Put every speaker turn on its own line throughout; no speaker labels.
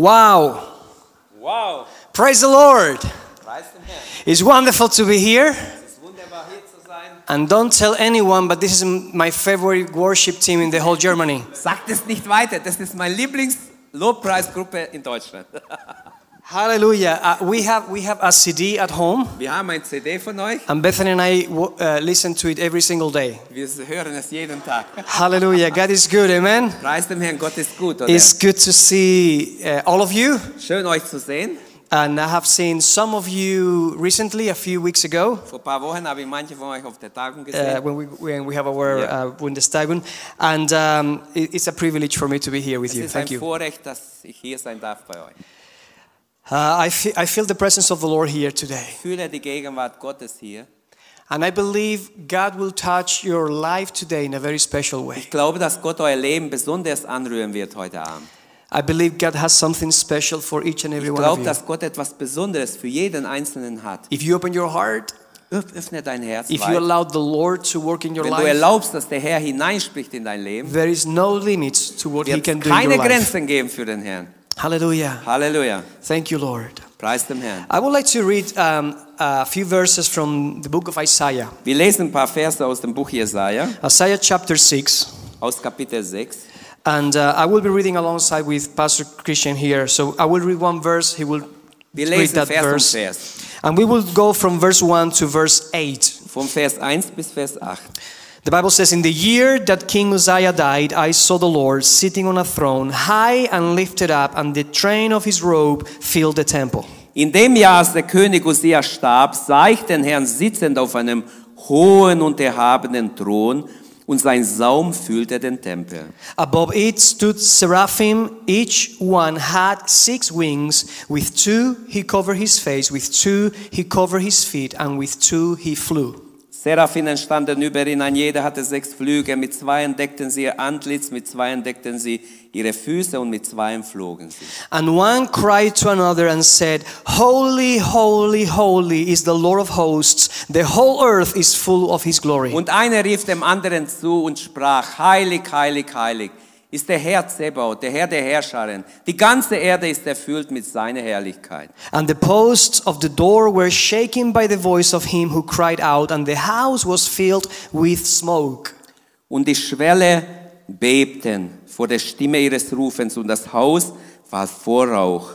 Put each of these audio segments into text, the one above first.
Wow.
Wow,
Praise the Lord.
preis dem Herrn.
It's wonderful to be here.
Es ist wunderbar hier zu sein.
And don't tell anyone, but this is m- my favorite worship team in the whole Germany.
Sagt es nicht weiter, das ist meine Lieblings-Lobpreisgruppe in Deutschland.
Hallelujah. Uh, we, have, we have a CD at home,
Wir haben ein CD von euch,
and Bethany and I w- uh, listen to it every single day.
wir hören es jeden Tag.
Hallelujah. God is good. Amen.
Preis dem Herrn, Gott ist gut, oder?
It's good to see uh, all of you.
Schön euch zu sehen.
And I have seen some of you recently, a few weeks ago,
Vor ein paar Wochen habe ich manche von euch auf der Tagung
uh,
gesehen.
when, we, when we have our
Yeah.
uh, Bundestagung. And um, it- it's a privilege for me to be here with
es
you.
ist ein
Thank you.
Vorrecht, dass ich hier sein darf bei euch.
Uh, I, fe- I feel the presence of the Lord here today.
Ich fühle die Gegenwart Gottes hier.
And I believe God will touch your life today in a very special way.
Ich glaube, dass Gott euer Leben besonders anrühren wird heute Abend.
I believe God has something special for each and every
Ich
one of
glaube,
you.
dass Gott etwas Besonderes für jeden Einzelnen hat.
If you open your heart,
Öff- Öffne dein Herz
if you
weit.
allow the Lord to work in your
Wenn du
life,
erlaubst, dass der Herr hineinspricht in dein Leben,
there is no limits to what He
wird
can
es
do in
keine
your life.
Grenzen geben für den Herrn.
Hallelujah.
Halleluja.
Thank you, Lord.
Preis dem Herrn.
I would like to read um, a few verses from the book of Isaiah.
Wir lesen ein paar Verse aus dem Buch Jesaja,
Isaiah chapter 6.
aus Kapitel 6.
And uh, I will be reading alongside with Pastor Christian here. So I will read one verse, he will
Wir
read
lesen
that
Vers
verse.
um Vers.
And we will go from verse 1 to verse 8.
Vom Vers 1 bis Vers 8.
The Bible says, In the year that King Uzziah died, I saw the Lord sitting on a throne, high and lifted up, and the train of his robe filled the temple.
In dem Jahr, als der König Usia starb, sah ich den Herrn sitzend auf einem hohen und erhabenen Thron und sein Saum füllte den Tempel.
Above it stood seraphim, each one had six wings. With two he covered his face, with two he covered his feet, and with two he flew.
Seraphinen standen über ihn, ein jeder hatte sechs Flüge, mit zweien deckten sie ihr Antlitz, mit zweien deckten sie ihre Füße und mit zweien flogen sie.
And one cried to another and said, Holy, holy, holy is the Lord of hosts. The whole earth is full of his glory.
Und einer rief dem anderen zu und sprach, heilig, heilig, heilig ist der Herr Zebaoth, der Herr der Herrscherin. Die ganze Erde ist erfüllt mit seiner Herrlichkeit.
And the posts of the door were shaken by the voice of him who cried out, and the house was filled with smoke.
Und die Schwelle bebten vor der Stimme ihres Rufens und das Haus war vor Rauch.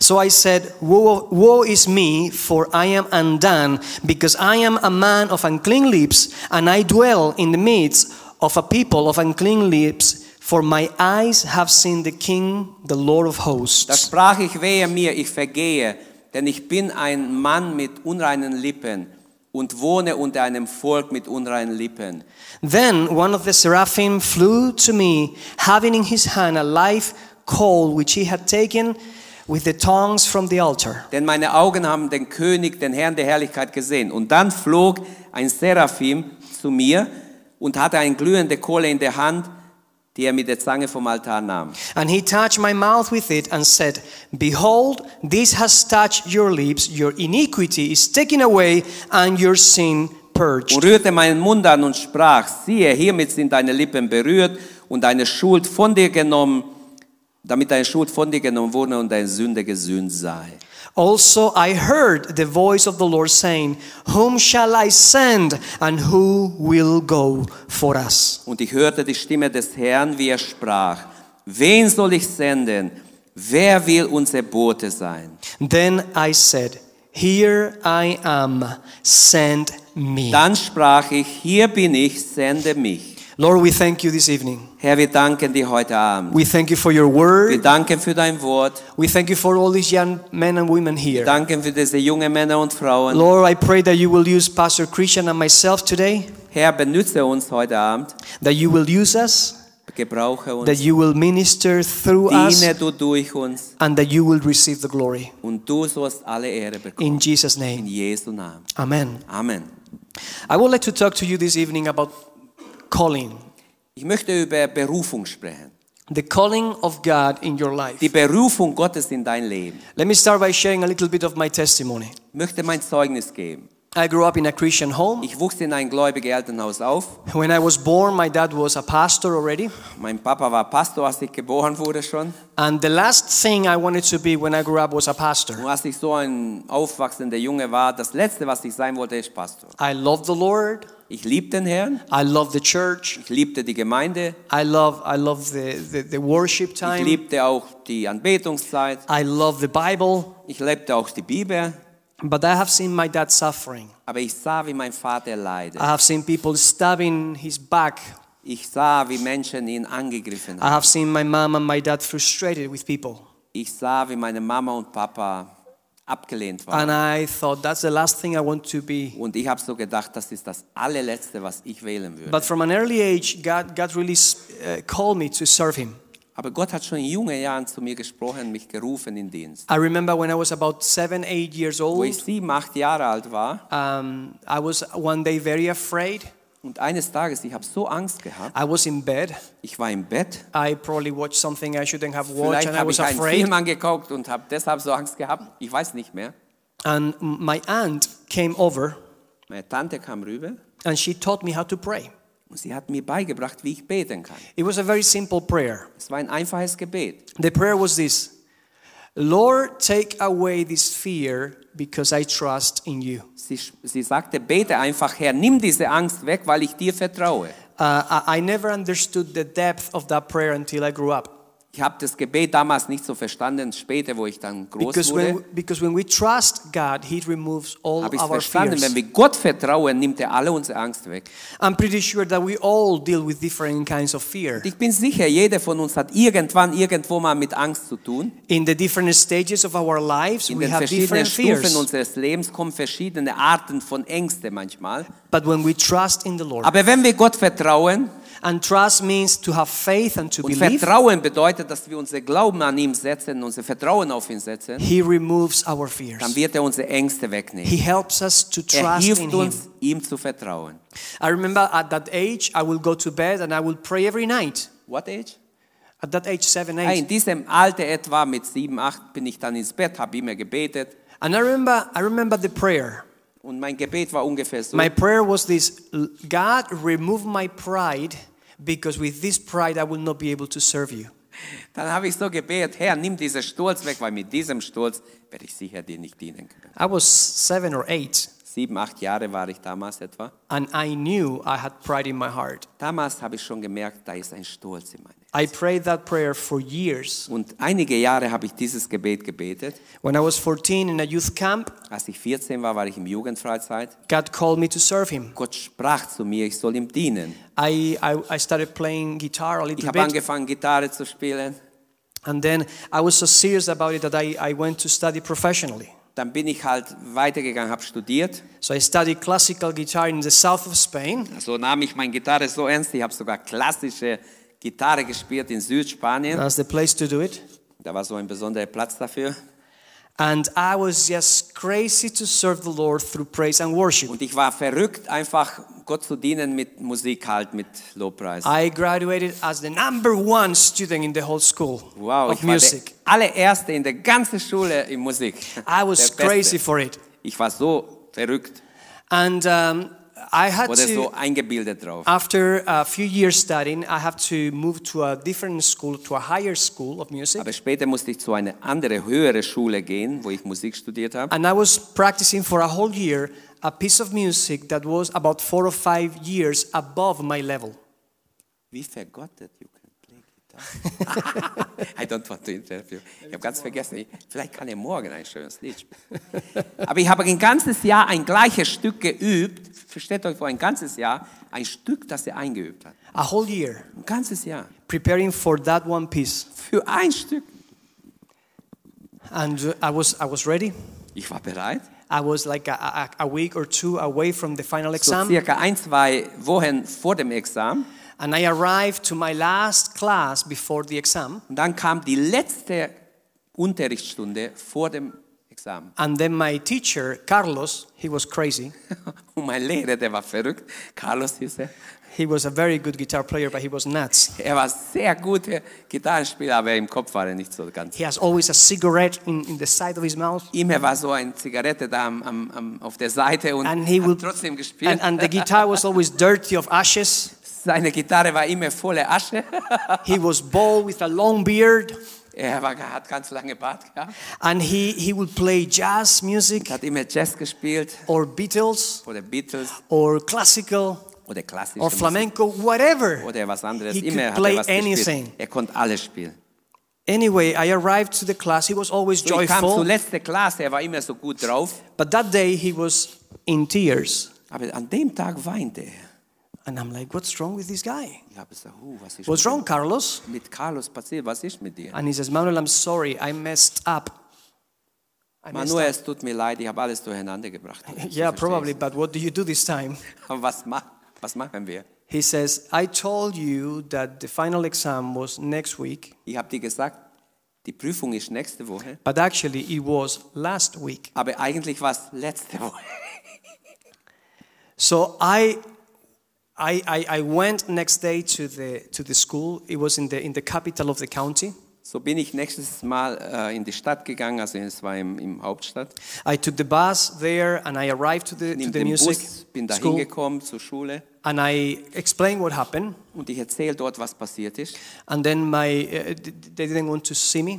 So I said, woe, woe is me, for I am undone, because I am a man of unclean lips, and I dwell in the midst of a people of unclean lips, for my eyes have seen the King, the Lord of
Da
hosts.
sprach ich, wehe mir, ich vergehe, denn ich bin ein Mann mit unreinen Lippen und wohne unter einem Volk mit unreinen Lippen.
Then one of the seraphim flew to me, having in his hand a live coal which he had taken with the tongs from the altar.
Denn meine Augen haben den König, den Herrn der Herrlichkeit gesehen. Und dann flog ein Seraphim zu mir und hatte eine glühende Kohle in der Hand, die er mit der Zange vom Altar nahm.
And he touched my mouth with it and said, Behold, this has touched your lips, your iniquity is taken away, and your sin
und
purged.
rührte meinen Mund an und sprach, siehe, hiermit sind deine Lippen berührt und deine Schuld von dir genommen, damit deine Schuld von dir genommen wurde und deine Sünde gesühnt sei.
Also I heard the voice of the Lord saying, Whom shall I send, and who will go for us?
Und ich hörte die Stimme des Herrn, wie er sprach, wen soll ich senden? Wer will unser Bote sein?
Then I said, Here I am, send me.
Dann sprach ich, hier bin ich, sende mich.
Lord, we thank you this evening.
Herr, wir danken dir heute Abend.
We thank you for your
Wir
word.
danken für dein Wort.
We thank you for all these young men and women
Wir
here.
danken für diese jungen Männer und Frauen.
Lord, I pray that you will use Pastor Christian and myself today,
Herr, benütze uns heute Abend.
that you will use us,
Gebrauche uns.
that you will minister through us,
Diene du durch uns
and that you will receive the glory.
und du sollst alle Ehre bekommen.
In Jesus'
In
name.
Jesu Namen.
Amen.
Amen.
I would like to talk to you this evening about calling.
Ich möchte über Berufung sprechen.
The calling of God in your life.
Die Berufung Gottes in dein Leben.
Let me start by sharing a little bit of my testimony.
Ich möchte mein Zeugnis geben.
I grew up in a Christian home.
Ich wuchs in ein gläubiges Elternhaus auf.
When I was born, my dad was a pastor already.
Mein Papa war Pastor, als ich geboren wurde schon.
And the last thing I wanted to be when I grew up was a pastor.
Und als ich so ein aufwachsender Junge war, das Letzte, was ich sein wollte, ist Pastor.
I love the Lord.
Ich liebte den Herrn,
I love the church.
ich liebte die Gemeinde,
I love, I love the, the, the worship
ich
time.
liebte auch die Anbetungszeit,
I love the Bible.
ich liebte auch die Bibel.
But I have seen my dad suffering.
Aber ich sah, wie mein Vater leidet.
I have seen people stabbing his back.
Ich sah, wie Menschen ihn angegriffen haben.
I have seen my mom and my dad frustrated with people.
Ich sah, wie meine Mama und Papa abgelehnt waren.
And I thought that's the last thing I want to be.
Und ich habe so gedacht, das ist das allerletzte, was ich wählen würde.
But from an early age, God, God really uh, called me to serve Him.
Aber Gott hat schon in jungen Jahren zu mir gesprochen, mich gerufen in Dienst.
I remember when I was about seven, eight years
Wo
old,
ich sieben, acht Jahre alt war
um, I was one day very afraid.
und eines Tages, ich habe so Angst gehabt,
I was in bed.
ich war im Bett,
I probably watched something I shouldn't have watched,
vielleicht
and I
habe
was
ich einen
afraid.
Film angeguckt und habe deshalb so Angst gehabt, ich weiß nicht mehr.
And my aunt came over
Meine Tante kam rüber
and she taught me how to pray.
und sie hat mir beigebracht, wie ich beten kann.
It was a very simple prayer.
Es war ein einfaches Gebet.
The prayer was this Lord, take away this fear because I trust in you.
Sie, sie sagte, bete einfach, Herr, nimm diese Angst weg, weil ich dir vertraue.
Uh, I, I never understood the depth of that prayer until I grew up.
Ich habe das Gebet damals nicht so verstanden, später, wo ich dann groß
Because
wurde.
when, because when we trust God, He removes all
habe ich
our
verstanden,
fears.
wenn wir Gott vertrauen, nimmt er alle unsere Angst weg.
I'm pretty sure that we all deal with different kinds of fear.
Ich bin sicher, jeder von uns hat irgendwann irgendwo mal mit Angst zu tun.
In the different stages of our lives,
In
we
den
have
verschiedenen
different
Stufen
fears.
unseres Lebens kommen verschiedene Arten von Ängsten manchmal.
But when we trust in the Lord,
Aber wenn wir Gott vertrauen,
and trust means to have faith and to
und
believe,
Vertrauen bedeutet, dass wir unser Glauben an ihm setzen, unser Vertrauen auf ihn setzen,
He removes our
dann
fears.
wird er unsere Ängste wegnehmen.
He helps us to
Er
trust in
hilft
Him.
uns, ihm zu vertrauen.
I remember at that age, I will go to bed and I will pray every night.
What age?
At that age, seven,
Ah,
eight.
In diesem Alter etwa mit sieben, acht bin ich dann ins Bett, habe immer gebetet
And I remember, I remember the prayer.
und mein Gebet war ungefähr so.
My prayer was this "L- God, remove my pride, because with this pride I will not be able to serve you.
Dann habe ich so gebetet, Herr, nimm diesen Sturz weg, weil mit diesem Sturz werde ich sicher dir nicht dienen können.
I was seven or eight,
Sieben, acht Jahre war ich damals etwa.
and I knew I had pride in my heart.
Damals habe ich schon gemerkt, da ist ein Sturz in meinem.
I prayed that prayer for years.
Und einige Jahre habe ich dieses Gebet gebetet.
When I was 14 in a youth camp,
Als ich 14 war, war ich im Jugendfreizeit.
God called me to serve Him.
Gott sprach zu mir, ich soll ihm dienen.
I, I, I started playing guitar a
Ich
little
habe
bit.
angefangen, Gitarre zu spielen.
And then I was so serious about it that I, I went to study professionally.
Dann bin ich halt weitergegangen, habe studiert.
So I studied classical guitar in the south of Spain.
So nahm ich meine Gitarre so ernst. Ich habe sogar klassische Gitarre gespielt in Südspanien.
That's the place to do it.
Da war so ein besonderer Platz dafür.
And I was just crazy to serve the Lord through praise and worship.
Und ich war verrückt, einfach Gott zu dienen mit Musik halt, mit Lobpreis.
I graduated as the number one student in the whole school
Wow,
of
ich war der
music.
allererste in der ganzen Schule in Musik.
I was
Der Beste.
crazy for it.
Ich war so verrückt
And um, I had
oder so
to,
eingebildet drauf.
after a few years studying, I had to move to a different school, to a higher school of music.
Aber später musste ich zu einer anderen, höhere Schule gehen, wo ich Musik studiert habe.
And I was practicing for a whole year a piece of music that was about four or five years above my level.
Wie vergottet, you can play guitar. I don't want to interview. Ich habe ganz vergessen, ich- vielleicht kann er morgen ein schönes Lied spielen. Aber ich habe ein ganzes Jahr ein gleiches Stück geübt. Versteht euch vor, ein ganzes Jahr, ein Stück, das er eingeübt hat.
A whole year
Ein ganzes Jahr.
preparing for that one piece.
Für ein Stück.
And uh, I was, I was ready.
Ich war bereit.
I was like a, a, a week or two away from the final
So
exam.
circa ein, zwei Wochen vor dem Examen.
And I arrived to my last class before the exam.
Und dann kam die letzte Unterrichtsstunde vor dem Examen.
And then my teacher, Carlos, he was crazy.
Und mein Lehrer, der war verrückt, Carlos hieß er,
He was a very good guitar player, but he was nuts.
Er war sehr guter Gitarrenspieler, aber im Kopf war er nicht so ganz.
He has always a cigarette in, in the side of his mouth.
Immer war so eine Zigarette da am, am, am, auf der Seite und
And he
hat
would-
trotzdem gespielt.
And, and the guitar was always dirty of ashes.
Seine Gitarre war immer voller Asche.
He was bald with a long beard.
er war, hat ganz lange Bart gehabt.
And he, he would play jazz music
Hat immer Jazz gespielt
or Beatles
oder Beatles
or classical
oder klassische
or
Musik
flamenco, whatever.
oder was anderes.
He could
immer hat
play
er was
anything.
gespielt. Er konnte alles spielen.
Anyway, I arrived to the class. He was always
So, ich kam zur
joyful.
letzten Klasse, er war immer so gut drauf.
But that day he was in tears.
Aber an dem Tag weinte er.
And I'm like, what's wrong with this guy?
Ich habe gesagt, huh, was ist
What's
mit-
wrong, Carlos?
mit Carlos passiert? Was ist mit dir?
And he says, Manuel, I'm sorry, I messed up. I messed
Manuel, es tut mir leid, ich habe alles durcheinander gebracht.
up. Yeah, probably, but what do you do this time?
Aber was, ma was machen wir?
He says, I told you that the final exam was next week,
Ich habe dir gesagt, die Prüfung ist nächste Woche,
but actually it was last week.
aber eigentlich war es letzte Woche.
So I I, I, I went next day to the to the school. It was in the in the capital of the county.
So bin ich nächstes Mal äh, in die Stadt gegangen, also es war im, im Hauptstadt.
I took the bus there and I arrived to the to
Nimm
the
den
music
Bus, bin da
school
hingekommen zur Schule
and I explained what happened.
und ich erzähle dort, was passiert ist.
And then my uh, they didn't want to see me.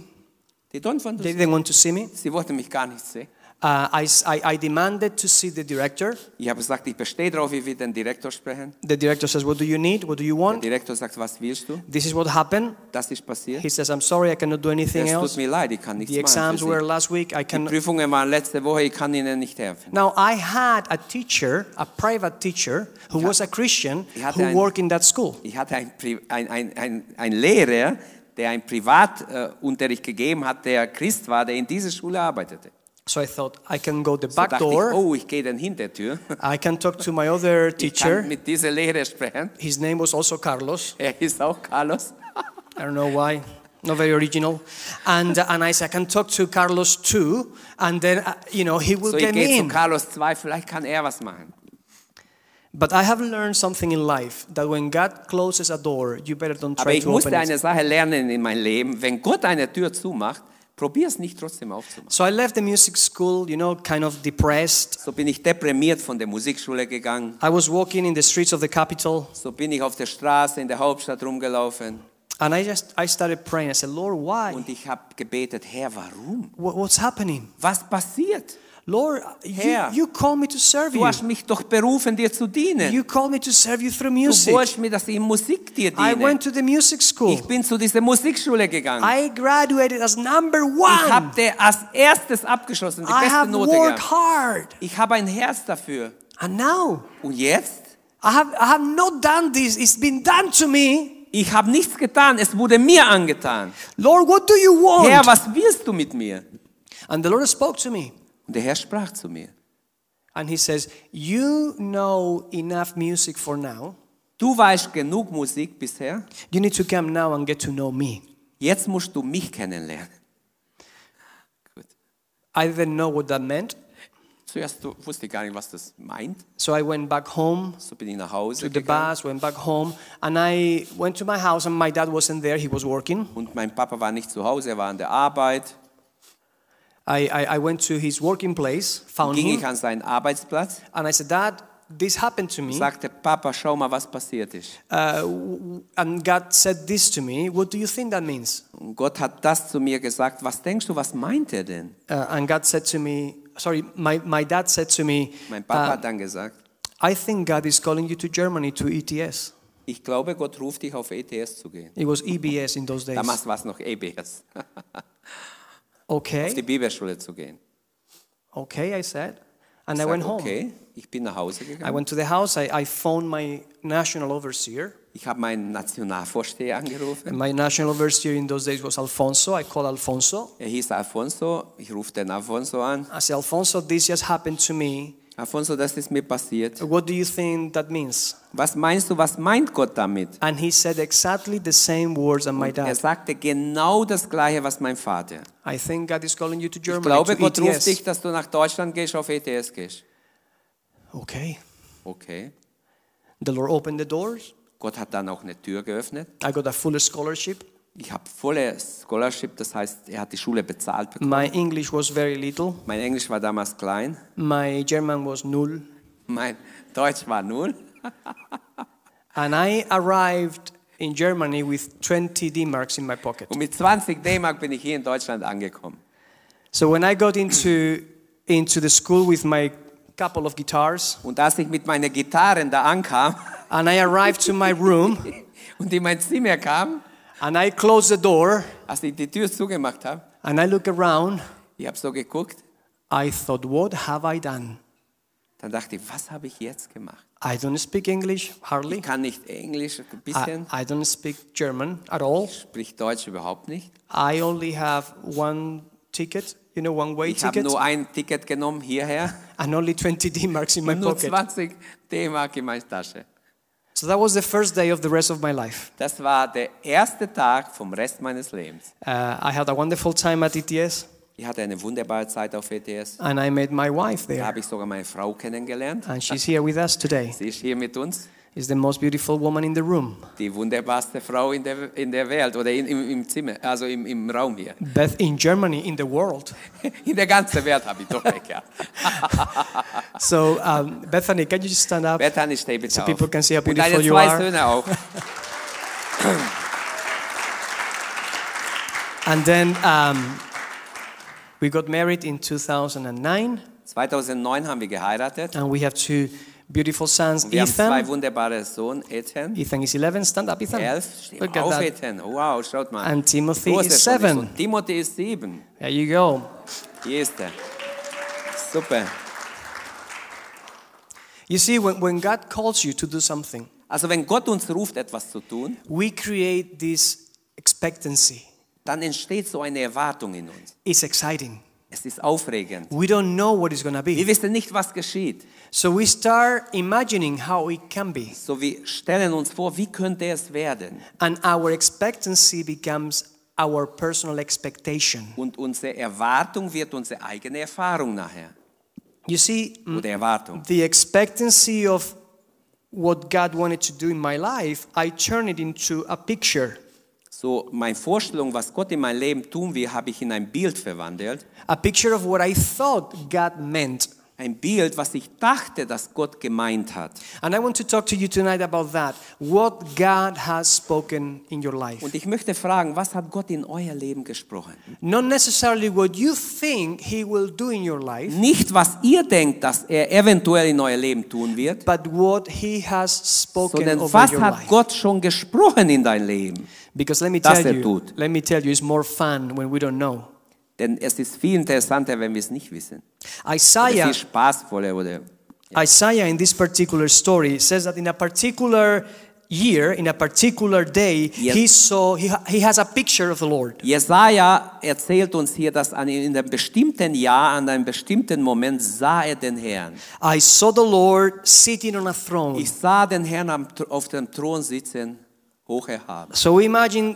Die don't want to
They didn't want to see me.
Sie wollten mich gar nicht sehen.
Uh, I, s- I- I demanded to see the director.
Ich habe gesagt, ich bestehe darauf, ich will den Direktor sprechen.
The director says, What do you need? What do you
Der
want?
Direktor sagt, was willst du?
This is what happened.
Das ist passiert.
He says, I'm sorry, I cannot do anything
Es tut
else.
mir leid, ich kann nichts
The
machen.
exams were
Für Sie.
last week. I
Die
can.
Prüfungen waren letzte Woche, ich kann Ihnen nicht helfen.
Now, I had a teacher, a private teacher, who was a Christian
Ich hatte
who
einen-
worked in that school.
Ich hatte einen Pri- ein, ein, ein, ein Lehrer, der einen Privatunterricht äh, Unterricht gegeben hat, der Christ war, der in dieser Schule arbeitete.
So I thought, I can go the
Da
back
dachte ich,
door.
oh, ich gehe dann hinter die Tür.
I can talk to my other
Ich kann
teacher.
mit dieser Lehrer sprechen.
His name was also Carlos.
Er ist auch Carlos.
I don't know why. Not very original. And, uh, and I said, I can talk to Carlos too. And then, uh, you know, he will
So, ich
get me
gehe zu
in.
Carlos 2, vielleicht kann er was machen.
But I have learned something in life that when God closes a door, you better don't
Aber
try
ich
to open
musste
it.
eine Sache lernen in meinem Leben. Wenn Gott eine Tür zumacht, probier es nicht trotzdem aufzumachen.
So I left the music school, you know, kind of depressed.
So bin ich deprimiert von der Musikschule gegangen.
I was walking in the streets of the capital,
So bin ich auf der Straße in der Hauptstadt rumgelaufen
and I just I started praying. I said, Lord, why?
und ich habe gebetet, Herr, warum?
What, what's happening?
Was passiert?
Lord, you,
Herr,
you call me to serve
Du
you.
hast mich doch berufen, dir zu dienen.
You call me to serve you through
Du
music.
wolltest mir, dass ich in Musik dir
I
diene.
went to the music
Ich
school.
bin zu dieser Musikschule gegangen.
I graduated as number
Ich
one.
habe als erstes abgeschlossen, die
I
beste
have
Note
worked
gehabt.
hard.
Ich habe ein Herz dafür.
And now
Und jetzt?
I have I have not done this. It's been done to me.
Ich habe nichts getan, es wurde mir angetan.
Lord, what do you want?
Herr, was willst du mit mir?
and the Lord spoke to me.
Und der Herr sprach zu mir.
And he says, You know enough music for now.
Du weißt genug Musik bisher.
You need to come now and get to know me.
Jetzt musst du mich kennenlernen. Gut.
I didn't know what that meant.
Zuerst du- wusste ich gar nicht, was das meint.
So I went back home
So bin ich nach
to
Hause
the
gegangen
bus, went back home, and I went to my house, and my dad wasn't there. He was working.
und mein Papa war nicht zu Hause, er war an der Arbeit.
I, I, I went to his working place, found
Ging ich
him,
an seinen Arbeitsplatz,
and I said, Dad, this happened to me.
sagte Papa, schau mal, was passiert ist.
Uh, w- w- and God said this to me. What do you think that means?
Und Gott hat das zu mir gesagt. Was denkst du, was meint er denn?
Uh, and God said to me, Sorry, my, my dad said to me, uh,
Mein Papa hat dann gesagt,
I think God is calling you to Germany to E ETS.
ich glaube, Gott ruft dich auf ETS zu gehen.
It was EBS in those days.
Damals war es noch E EBS, auf die
Okay,
Bibelschule zu gehen.
okay, I said. And
Ich
I
sag,
went home.
okay, ich bin nach Hause
I
gegangen.
went to the house. I, I phoned my national overseer.
Ich habe meinen Nationalvorsteher angerufen.
And my national overseer in those days was Alfonso. I called Alfonso.
Er hieß Alfonso. Ich rufe den Alfonso an.
I said, Alfonso, this just happened to me.
Alfonso, das ist mir passiert.
What do you think that means?
Was meinst du, was meint Gott damit?
And he said exactly the same words as my
Er
dad.
sagte genau das Gleiche, was mein Vater.
I think God is calling you to
Ich
Germany.
glaube, Gott
to E
ruft
ETS.
dich, dass E du nach Deutschland gehst, auf ETS gehst.
Okay.
Okay.
The Lord opened the doors.
Gott hat dann auch eine Tür geöffnet.
I got a full scholarship.
Ich habe volle Scholarship, das heißt, er hat die Schule bezahlt. bekommen.
My English was very little.
Mein Englisch war damals klein,
My German was null.
mein Deutsch war null.
And I arrived in Germany with 20 D marks in my pocket.
Und mit 20 D-Mark bin ich hier in Deutschland angekommen.
So when I got into, into the school with my couple of guitars,
Und als ich mit meiner Gitarre da ankam
and I arrived to my room,
und in mein Zimmer kam,
and I closed the door,
als ich die Tür zugemacht habe,
and I looked around,
ich habe so geguckt,
I thought, what have I done?
dann dachte ich, was habe ich jetzt gemacht?
I don't speak English,
Ich
hardly.
kann nicht Englisch, ein
I,
bisschen,
I don't speak German at all.
sprich Deutsch überhaupt nicht.
I only have one ticket, you know, one way
Ich habe
ticket,
nur ein Ticket genommen hierher
and only 20 D marks in my
und nur
pocket.
20 D-Mark in meine Tasche.
So that was the first day of the rest of my life.
Das war der erste Tag vom Rest meines Lebens.
Uh, I had a wonderful time at ETS,
Ich hatte eine wunderbare Zeit auf ETS.
and I met my wife
Da
there.
habe ich sogar meine Frau kennengelernt.
And she's here with us today.
Sie ist hier mit uns,
Is the most beautiful woman in the room,
die wunderbarste Frau in der, in der Welt oder in, im, im Zimmer, also im, im Raum hier.
Beth in Germany, in the world.
In der ganzen Welt habe ich doch weg, ja.
So, um, Bethany, can you just stand up?
Bethany, steh bitte
So
auf.
people can see how
Und deine
beautiful you
zwei
are.
Söhne auch.
And then um, we got married in 2009,
2009 haben wir geheiratet.
and we have two beautiful sons,
Und wir haben zwei
Ethan.
wunderbare Sohn, Ethan,
Ethan is 11. Stand up, Ethan.
elf. Steh
Look at
auf,
that.
Ethan. Wow, schaut mal.
And Timothy
So ist
is
er schon.
seven.
Und Timothy ist sieben.
There you go.
Hier ist er. Super.
You see, when, when God calls you to do something,
Also wenn Gott uns ruft, etwas zu tun,
we create this expectancy.
dann entsteht so eine Erwartung in uns.
It's exciting.
Es ist aufregend.
We don't know what it's going to
Wir
be.
wissen nicht, was geschieht.
So we start imagining how it can be.
So wir stellen uns vor, wie könnte es werden?
And our expectancy becomes our personal expectation.
Und unsere Erwartung wird unsere eigene Erfahrung nachher.
You see, m-
Oder Erwartung.
the expectancy of what God wanted to do in my life, I turn it into a picture.
So meine Vorstellung, was Gott in meinem Leben tun will, habe ich in ein Bild verwandelt.
A picture of what I thought God meant.
Ein Bild, was ich dachte, dass Gott gemeint hat.
And I want to talk to you tonight about that. What God has spoken in your life.
Und ich möchte fragen, was hat Gott in euer Leben gesprochen?
Not necessarily what you think He will do in your life,
Nicht, was ihr denkt, dass er eventuell in euer Leben tun wird,
but what He has spoken
sondern
over
was
your
hat
life.
Gott schon gesprochen in dein Leben?
Because let me
das
tell
er
you,
tut.
let me tell you, it's more fun when we don't know.
Denn es ist viel interessanter, wenn wir es nicht wissen. Oder
Isaiah,
viel spaßvoller oder
Isaiah in this particular story says that in a particular year, in a particular day,
Yes.
he saw he, he has a picture of the Lord.
Jesaja erzählt uns hier, dass an in einem bestimmten Jahr, an einem bestimmten Moment sah er den Herrn.
I saw the Lord sitting on a throne.
Ich sah den Herrn am, Thr- auf dem Thron sitzen, hoch erhaben.
so imagine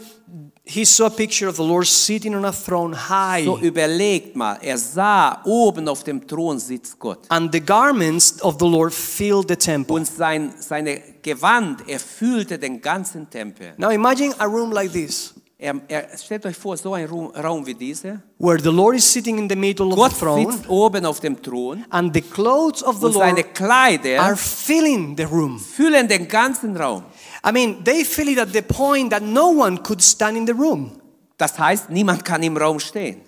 he saw a picture of the Lord sitting on a throne high.
So überlegt mal, er sah oben auf dem Thron sitzt Gott.
and the garments of the Lord filled the temple.
Und sein seine Gewand erfüllte den ganzen Tempel.
Now imagine a room like this,
Er, er, stellt euch vor, so ein Raum, Raum wie dieser.
where the Lord is sitting in the middle of
Gott
the throne,
sitzt oben auf dem Thron
and the clothes of the
und seine
Lord are
Kleider
filling the room.
füllen den ganzen Raum.
I mean, they feel it at the point that no one could stand in the room.
Das heißt, niemand kann im Raum stehen.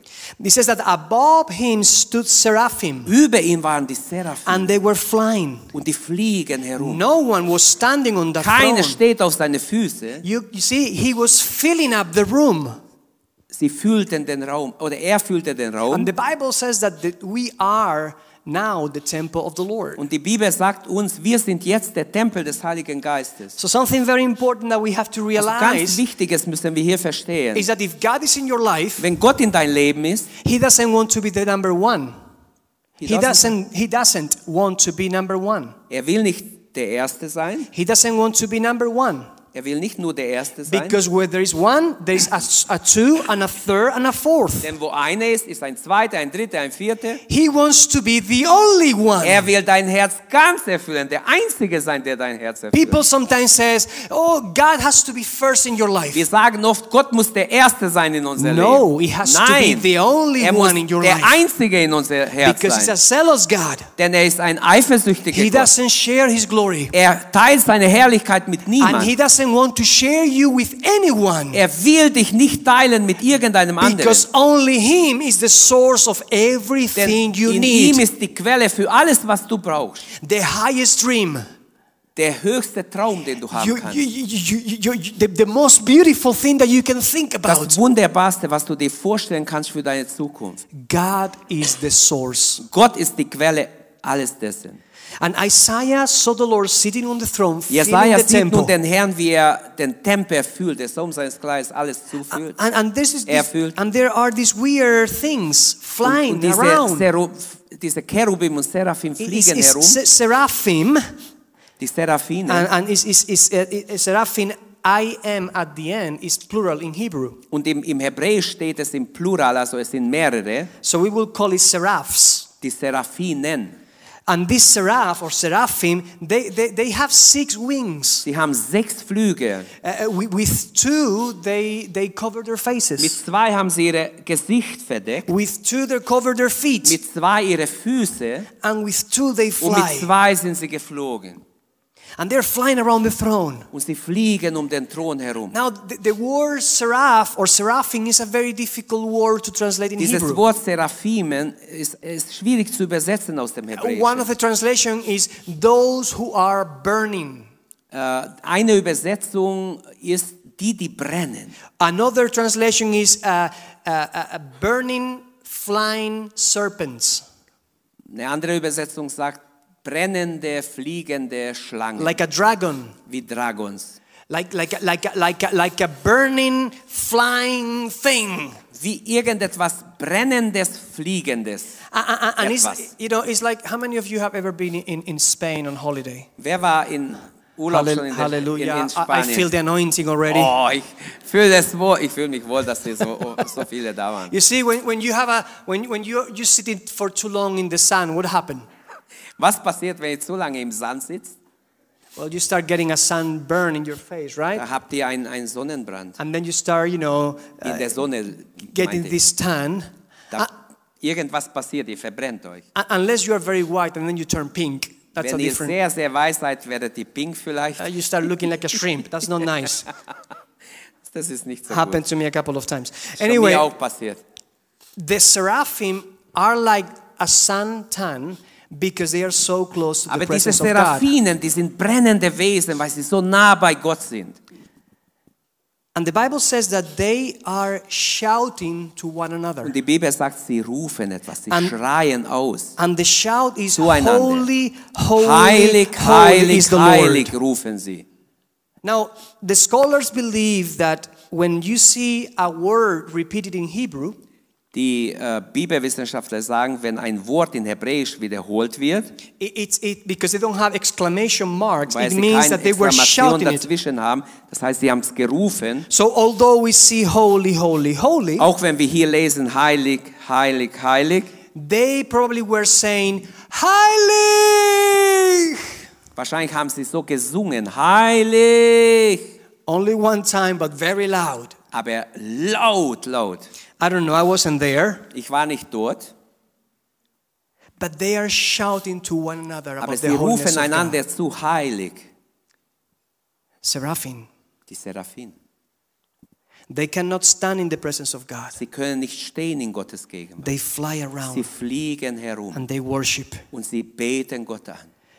It says that above him stood seraphim,
Über ihm waren die Seraphim
and they were flying.
und die fliegen herum.
No one was standing on the
Keiner
throne.
steht auf seine Füße.
You, you see, he was filling up the room.
Sie füllten den Raum oder er füllte den
And
Raum.
the Bible says that the- we are now the temple of the Lord.
Und die Bibel sagt uns, wir sind jetzt der Tempel des Heiligen Geistes.
So something very important that we have to
Also ganz
realize
Wichtiges müssen wir hier verstehen.
is that if God is in your life,
Wenn Gott in dein Leben ist,
he doesn't want to be the number one.
he
He
doesn't-
doesn't, he doesn't want to be number one.
er will nicht der Erste sein,
He doesn't want to be number one.
er Er will nicht nur der Erste sein,
Because where there is one, there is a, s- a two, and a third, and a fourth.
denn wo einer ist, ist ein Zweiter, ein Dritter, ein Vierter.
He wants to be the only one.
Er will dein Herz ganz erfüllen, der Einzige sein, der dein Herz erfüllt.
People sometimes says, "Oh, God has to be first in your life."
Wir sagen oft, Gott muss der Erste sein in unserem
No,
Leben.
he has to
Nein,
be the only
er muss
one in your
der
life.
Einzige in unser Herz
Because he's a
sein.
zealous God.
Denn er ist ein eifersüchtiger
He
Gott.
doesn't share his glory.
Er teilt seine Herrlichkeit mit
And he
niemandem.
doesn't want to share you with anyone.
Er will dich nicht teilen mit irgendeinem anderen.
Because only him is the source of everything
Denn
you
in ihm
need.
ist die Quelle für alles, was du brauchst.
The highest dream.
Der höchste Traum, den du haben
You,
kannst.
you, you, you, you- the, the most beautiful thing that you can think
das
about.
Wunderbarste, was du dir vorstellen kannst für deine Zukunft.
God is the source.
Gott ist die Quelle alles dessen.
And Isaiah saw the Lord sitting on the throne, filling
Jesaja
the
sieht nun
temple.
den Herrn, wie er den Tempel füllt, der Saum seines Kleides alles zufüllt.
And, and, this is
Er
this,
füllt.
and there are these weird things
Und,
flying
und diese,
around.
Seru- diese Cherubim und Seraphim
It's,
fliegen
it's
herum,
se- seraphim,
die Seraphine.
and, and it's, it's, it's, uh, it's seraphim, I am at the end, is plural in Hebrew.
und im, im Hebräisch steht es im Plural, also es sind mehrere,
So we will call it seraphs.
die Seraphinen.
And this seraph or seraphim, they, they, they have six wings.
Sie haben sechs Flügel.
Uh, uh, with, with two, they, they cover their
Mit
faces.
zwei haben sie ihr Gesicht verdeckt,
With two, they cover their feet.
mit zwei ihre Füße
And with two, they
und mit
fly.
zwei sind sie geflogen.
And they're flying around the throne.
Und sie fliegen um den Thron herum.
Now, the, the word seraph or seraphim is a very difficult word to translate in
Dieses
Hebrew.
Wort Seraphimen ist, ist schwierig zu übersetzen aus dem
One of
Hebräischen.
the translation is those who are burning.
Äh, Eine Übersetzung ist die, die brennen.
Another translation is uh, uh, uh, burning flying serpents.
Eine andere Übersetzung sagt brennende, fliegende Schlangen,
like a dragon,
wie Dragons.
like like a- like a- like a, like a burning flying thing.
Wie irgendetwas brennendes, fliegendes.
A- a- a- And it's,
Etwas.
you know, it's like how many of you have ever been in, in Spain on holiday?
Wer war in Urlaub schon in, der, in,
Hallelujah!
in
I, I feel
Spanien?
the anointing already.
Oh, ich fühle das wohl. Ich fühle mich wohl, dass hier so, oh, so viele da waren.
You see, when, when you have a when when you you sit in for too long in the sun, what happens?
Was passiert, wenn ihr zu lange im Sand sitzt?
Well, you start getting a sunburn in your face, right?
Da habt ihr einen, einen Sonnenbrand.
And then you start, you know,
in der Sonne
getting
meinte ich.
Äh, this Ah. tan,
Da, irgendwas passiert, ihr verbrennt euch.
Uh, unless you are very white, and then you turn pink. That's a
Wenn ihr
different.
sehr, sehr weiß seid, werdet ihr pink vielleicht.
Uh, you start looking like a shrimp. That's not nice.
Das ist nicht so
happened
gut.
to me a couple of times.
Ist
Anyway,
mir auch passiert.
the seraphim are like a suntan because they are so close to
Aber
the
diese
presence of God.
Seraphinen, die sind brennende Wesen, weil sie so nah bei Gott sind.
And the Bible says that they are shouting to one another.
Und die Bibel sagt, sie rufen etwas, sie
An-
schreien aus.
And the shout is
Zueinander.
holy, holy,
Heilig,
holy is
heilig,
the
heilig
Lord.
rufen sie.
Now, the scholars believe that when you see a word repeated in Hebrew,
Die äh, Bibelwissenschaftler sagen, wenn ein Wort in Hebräisch wiederholt wird,
it, it's it, because they don't have exclamation marks,
weil
it
sie
means
keine
that they were
Exclamation
shouting it.
dazwischen haben, das heißt, sie haben es gerufen,
So although we see holy, holy, holy,
Auch wenn wir hier lesen, heilig, heilig, heilig,
they probably were saying, Heilig!
wahrscheinlich haben sie so gesungen, heilig,
Only one time, but very loud.
aber laut, laut.
I don't know, I wasn't there.
Ich war nicht dort,
But they are shouting to one another
aber
about
sie
the holiness
rufen
of God.
einander zu, heilig.
Seraphim,
Die Seraphim.
they cannot stand in the presence of God.
Sie können nicht stehen in Gottes Gegenwart.
They fly
Sie
around
fliegen herum
and they worship.
und sie beten Gott an.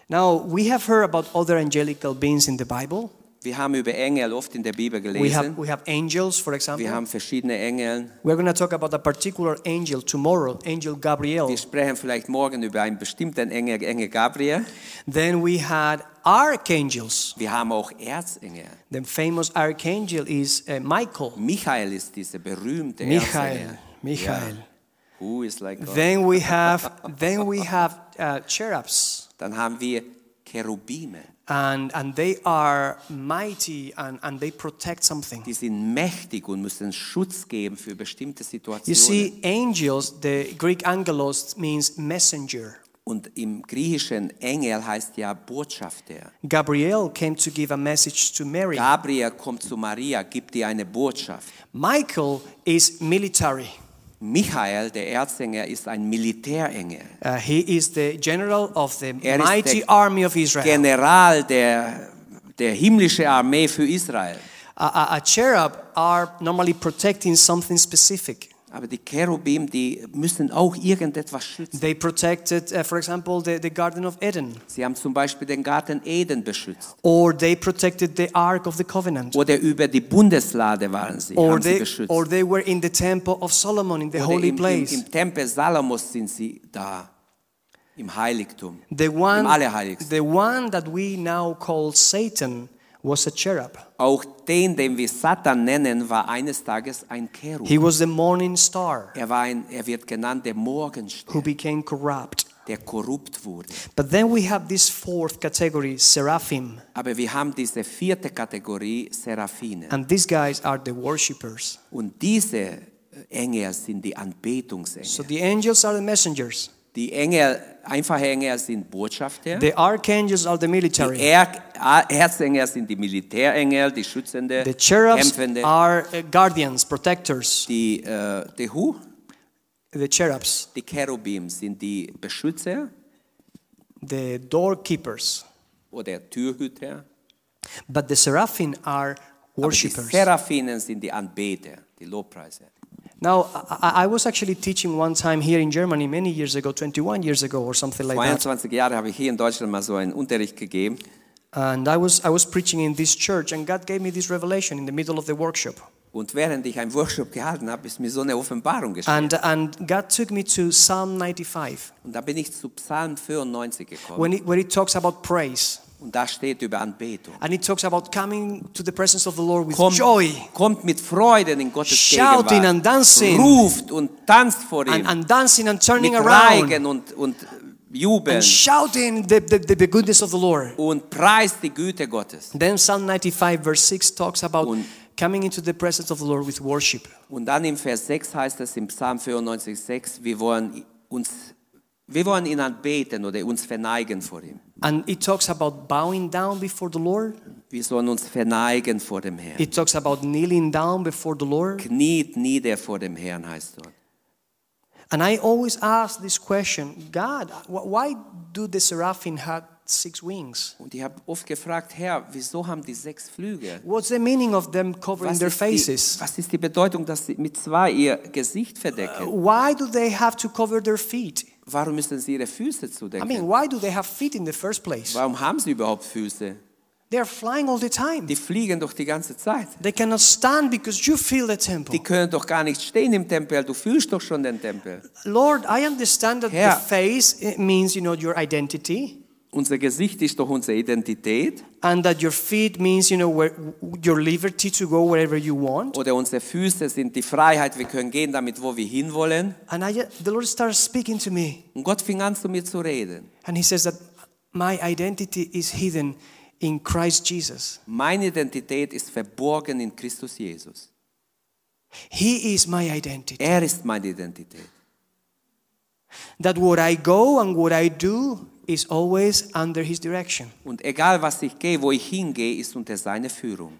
Now, we have heard about other angelical beings in the Bible.
Wir haben über Engel oft in der Bibel
We have,
gelesen.
we have angels, for
Wir
example.
haben verschiedene Engel.
We're going to talk about a particular angel tomorrow, Angel Gabriel.
Wir sprechen vielleicht morgen über einen bestimmten Engel, Engel Gabriel.
Then we had archangels.
Wir haben auch Erzengel.
The famous archangel is uh, Michael.
Michael ist dieser berühmte
Michael.
Erzengel.
Michael.
Ja. Who is like God.
Then we have then we have uh, cherubs
Dann haben wir Cherubime.
and, and they are mighty and, and they protect something.
Die sind mächtig und müssen Schutz geben für bestimmte
You
Situationen.
see, angels, the Greek angelos means messenger.
und im Griechischen Engel heißt ja Botschafter.
Gabriel came to give a message to Mary.
Gabriel kommt zu Maria, gibt ihr eine Botschaft.
Michael is military.
Michael, der Erzengel, ist ein Militärengel.
Uh, he is the general of the
Er ist
mighty
der
army of Israel.
General der, der himmlischen Armee für Israel.
A, a, a cherub are normally protecting something specific.
Aber die Cherubim, die müssen auch irgendetwas schützen.
They protected, uh, for example, the, the Garden of Eden,
Sie haben zum Beispiel den Garten Eden beschützt.
or they protected the Ark of the Covenant,
Oder über die Bundeslade waren sie,
or
haben sie
they,
beschützt.
or they were in the Temple of Solomon, in the
Oder
holy
im,
place.
Im, Im Tempel Salomos sind sie da, im Heiligtum.
the, one,
Im Allerheiligsten.
the one that we now call Satan was a cherub.
Auch den, den wir Satan nennen, war eines Tages ein Cherub.
He was the morning star
Er, war ein, er wird genannt der Morgenstern,
who became corrupt.
der korrupt wurde.
But then we have this fourth category, seraphim,
Aber wir haben diese vierte Kategorie, Seraphine.
and these guys are the worshippers.
Und diese äh, Engel sind die
So
Anbetungsengel.
the angels are the messengers.
Die Engel, einfache Engel sind Botschafter.
The archangels are the
Die
military.
Er- A- Erzengel sind die Militärengel, die Schützende,
The cherubs
Kämpfende.
are uh, guardians, protectors.
Die, äh, die, Hu,
The cherubs,
die Cherubim sind die Beschützer
the doorkeepers.
oder Türhüter.
But the seraphim are
Aber die
worshippers.
Seraphinen sind die Anbeter, die Lobpreiser.
Now, I, I- I was actually teaching one time here in Germany many years ago, 21 years ago or something like that.
22 Jahre habe ich hier in Deutschland mal so einen Unterricht gegeben.
And I was, I was preaching in this church, and God gave me this revelation in the middle of the workshop.
Und während ich einen Workshop gehalten habe, ist mir so eine Offenbarung geschehen.
And, and God took me to Psalm 95,
Und da bin ich zu Psalm 94 gekommen.
when it, where it talks about praise.
Und da steht über Anbetung.
And it talks about coming to the presence of the Lord with
Kommt,
joy.
kommt mit Freude in Gottes
Shouting
Gegenwart.
and dancing.
Ruft und tanzt vor ihm.
and, and dancing and turning
mit
around
Reigen und, und Jubeln.
and shouting the, the, the goodness of the Lord.
Und preist die Güte Gottes.
Then Psalm 95 verse 6 talks about
Und-
coming into the presence of the Lord with worship.
Und dann im Vers 6 heißt es im Psalm 94,6, wir wollen uns, wir wollen ihn anbeten oder uns verneigen vor ihm.
And it talks about bowing down before the Lord.
Wir sollen uns verneigen vor dem Herrn.
It talks about kneeling down before the Lord.
Kniet nieder vor dem Herrn heißt dort.
And I always ask this question, God, wh- why do the seraphim have six wings?
Und ich habe oft gefragt, Herr, wieso haben die sechs Flügel?
What's the meaning of them covering their
ist die,
faces?
was ist die Bedeutung, dass sie mit zwei ihr Gesicht verdecken?
Why do they have to cover their feet?
Warum müssen sie ihre Füße
I
zudecken?
mean, why do they have feet in the first place?
Warum haben sie überhaupt Füße?
They're flying all the time.
Die fliegen doch die ganze Zeit.
They cannot stand because you feel the temple.
Die können doch gar nicht stehen im Tempel. Du fühlst doch schon den Tempel.
Lord, I understand that
Herr.
the face it means, you know, your identity,
Unser Gesicht ist doch unsere Identität
and that your feet means, you know, where, your liberty to go wherever you want.
oder unsere Füße sind die Freiheit. Wir können gehen damit, wo wir hinwollen.
And I, ju- the Lord starts speaking to me,
Und Gott fing an, zu mir zu reden.
and He says that my identity is hidden in Christ Jesus.
Meine Identität ist verborgen in Christus Jesus.
He is my identity.
Er ist meine Identität.
That what I go and what I do is always under His direction.
Und egal, was ich gehe, wo ich hingehe, ist unter seiner Führung.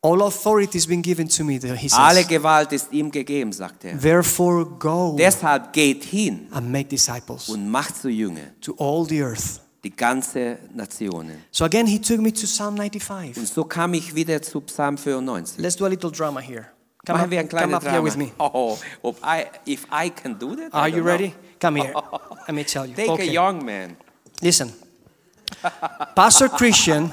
All authority has been given to me, that He
Alle
says.
Gewalt ist ihm gegeben, sagt er.
Therefore, go
Deshalb geht hin
and make disciples.
und macht zu Jünger
to all the earth.
die ganze Nationen.
So again, he took me to Psalm 95.
Und so kam ich wieder zu Psalm 94.
Let's do a little drama here. Come
Machen
up,
wir ein
come
kleines
up here
Drama.
with me.
Oh, ob I, if I can do that. I
Are
don't
you
know.
ready? Come here. Let me tell you.
Take a
Okay.
young man.
Listen. Pastor Christian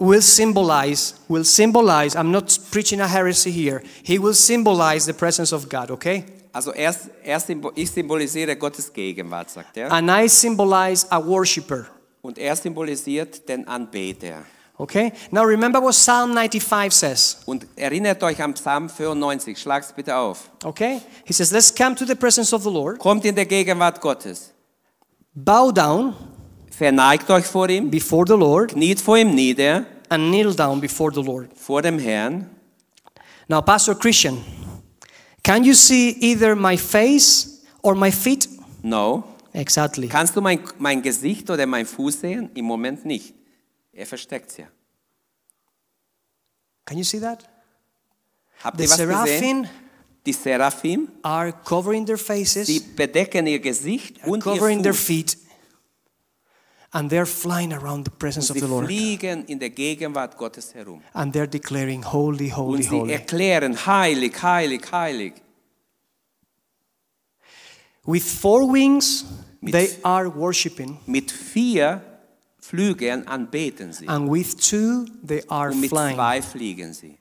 will symbolize will symbolize I'm not preaching a heresy here. He will symbolize the presence of God, okay?
Also erst, erst symbol, ich symbolisiere Gottes Gegenwart, sagt er.
And I symbolize a worshiper.
Und er symbolisiert den Anbeter.
Okay? Now remember what Psalm 95 says.
Und erinnert euch am Psalm 94. Schlag's bitte auf.
Okay? He says, Let's come to the presence of the Lord,
Kommt in der Gegenwart Gottes.
bow down,
Verneigt euch vor ihm,
before the Lord
kniet vor ihm nieder,
and kneel down before the Lord.
vor dem Herrn.
Now, Pastor Christian, can you see either my face or my feet?
No.
Exactly.
Kannst du mein, mein Gesicht oder mein Fuß sehen? Im Moment nicht. Er versteckt ja.
Can you see that?
Habt
The
ihr was gesehen?
seraphim
Die Seraphim,
are covering their
die
faces,
bedecken ihr Gesicht und
covering their
ihr Fuß.
feet, and they're flying around the presence of
Sie
the Lord.
fliegen in der Gegenwart Gottes herum.
And they're declaring, Holy,
Und
holy,
sie
holy.
erklären, heilig, heilig, heilig.
With four wings,
Mit-
they are worshiping,
Mit vier Flügeln anbeten sie.
and with two, they are
Und mit
flying.
zwei fliegen sie.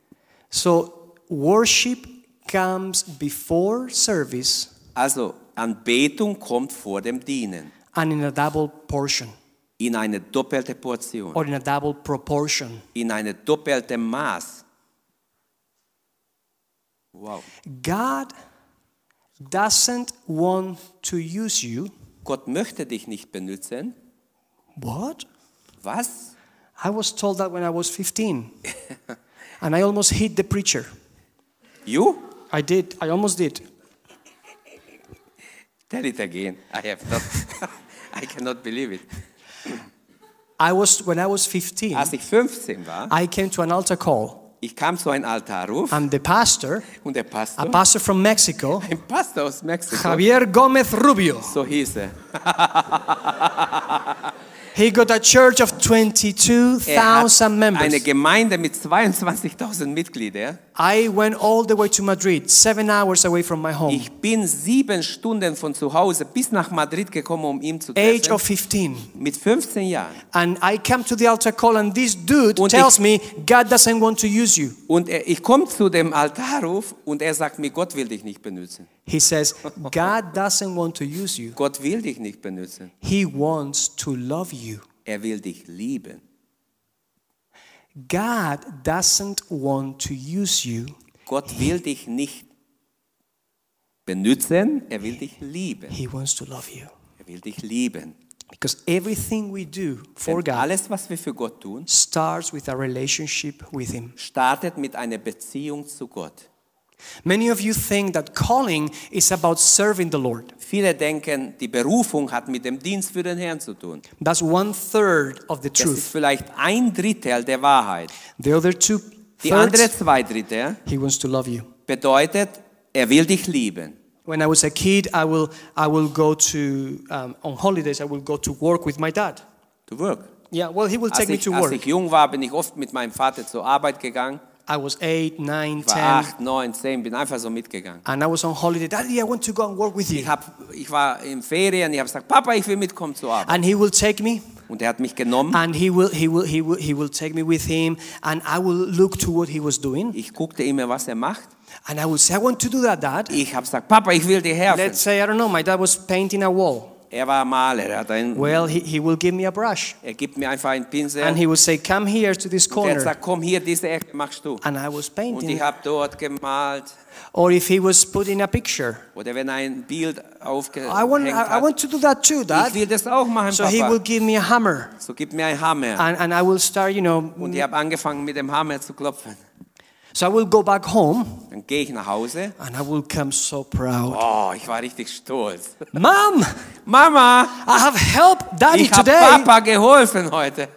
So, worship comes before service
Also Anbetung kommt vor dem Dienen.
and in a double portion
In eine doppelte Portion.
or in a double proportion.
In eine doppelte Maß. Wow.
God doesn't want to use you.
Gott möchte dich nicht benutzen.
What?
Was?
I was told that when I was 15. and I almost hit the preacher.
You?
I did. I almost did.
Tell it again. I have not. I cannot believe it.
I was when I was 15,
Als ich 15 war,
I came to an altar call
ich kam zu einem Altarruf
and the pastor,
und der
a
Pastor,
pastor from Mexico,
ein Pastor aus Mexiko,
Javier Gomez Rubio.
so hieß er.
He got a church of
Er hat
22,000
eine
members.
Gemeinde mit 22.000 Mitgliedern.
I went all the way to Madrid, 7 hours away from my home.
Ich bin sieben Stunden von zu Hause bis nach Madrid gekommen, um ihn zu
Age
treffen.
of 15.
Mit 15 Jahren.
And I come to the altar call, and this dude
Und
tells
ich-
me God doesn't want to use you.
Und er, ich komme zu dem Altarruf und er sagt mir, Gott will dich nicht benutzen.
He says, God doesn't want to use you.
Gott will dich nicht benutzen.
He wants to love you.
Er will dich lieben.
God doesn't want to use you.
Gott will dich nicht benutzen, er will dich lieben.
He wants to love you.
Er will dich lieben.
Because everything we do for
Denn
God
alles, was wir für Gott tun,
starts with a relationship with Him.
startet mit einer Beziehung zu Gott.
Many of you think that calling is about serving the Lord.
Viele denken, die Berufung hat mit dem Dienst für den Herrn zu tun.
That's one third of the
Das ist
truth.
vielleicht ein Drittel der Wahrheit.
The other two
Die anderen
thirds,
zwei Drittel
He wants to love you.
bedeutet, er will dich lieben.
When I was a kid, I will, I will go to, um, on holidays, I will go to work with my dad.
To work.
Yeah, well, he will
Als
take me
ich,
to
als
work.
ich jung war, bin ich oft mit meinem Vater zur Arbeit gegangen.
I was eight, nine,
Ich war
ten,
acht, neun, zehn, bin einfach so mitgegangen.
and I was on holiday. Daddy, I want to go and work with
Ich,
you.
hab, ich war in Ferien, ich habe gesagt, Papa, ich will mitkommen zur Arbeit.
And he will take me,
Und er hat mich genommen.
and he will, he will, he will, he will take me with him, and I will look to what he was doing,
Ich guckte immer, was er macht.
and I will say, I want to do that, Dad.
Ich habe gesagt, Papa, ich will dir
Let's
helfen.
say, I don't know, my dad was painting a wall.
Er war Maler, er, hat einen,
Well, he, he will give me a brush,
er gibt mir einfach einen Pinsel.
and
Und
he will say, come here to this
er
corner,
sagt, komm hier, diese Ecke machst du.
and I was
Und ich
painting.
habe dort gemalt.
Or if he was putting a picture,
Oder wenn er ein Bild aufgehängt
I want, I, I
hat.
want to do that too,
Ich
Dad.
will das auch machen,
So he will
Papa.
give me a hammer,
So gib mir einen Hammer.
and, and I will start, you
Und
know.
ich habe angefangen, mit dem Hammer zu klopfen.
So I will go back home,
Dann gehe ich nach Hause.
and I will come so proud.
Oh, ich war richtig stolz.
Mom,
Mama,
I have helped Daddy
Ich habe
today.
Papa geholfen heute.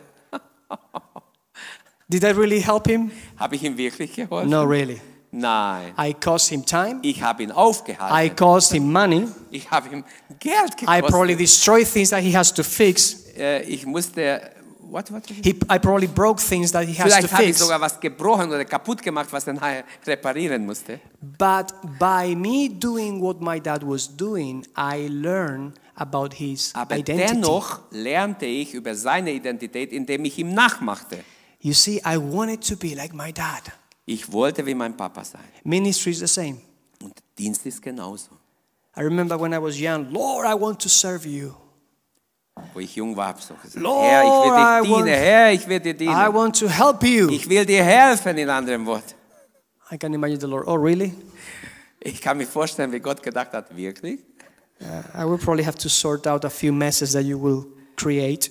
Did I really help him?
Habe ich ihm wirklich geholfen?
No, really.
Nein.
I cost him time.
Ich habe ihn
I
aufgehalten.
cost him money.
ich habe ihm Geld
I probably
gekostet.
destroyed things that he has to fix.
Äh, ich musste, what, what?
He, I probably broke things that he has to
Vielleicht habe ich
fix.
sogar was gebrochen oder kaputt gemacht, was er nachher reparieren musste.
But by me doing what my dad was doing, I learned about his
Aber
identity.
dennoch lernte ich über seine Identität, indem ich ihm nachmachte.
You see, I wanted to be like my dad.
Ich wollte wie mein Papa sein.
Ministry is the same.
Und Dienst ist genauso.
I remember when I was young, Lord, I want to serve you.
Wo ich jung war, habe ich so gesagt,
Lord,
Herr,
I
ich will
want-
dir dienen, Herr, ich will dir
I
dienen.
want to help you.
Ich will dir helfen, in anderen Worten.
I can imagine the Lord. Oh, really?
Ich kann mir vorstellen, wie Gott gedacht hat, wirklich?
I will probably have to sort out a few messes that you will create.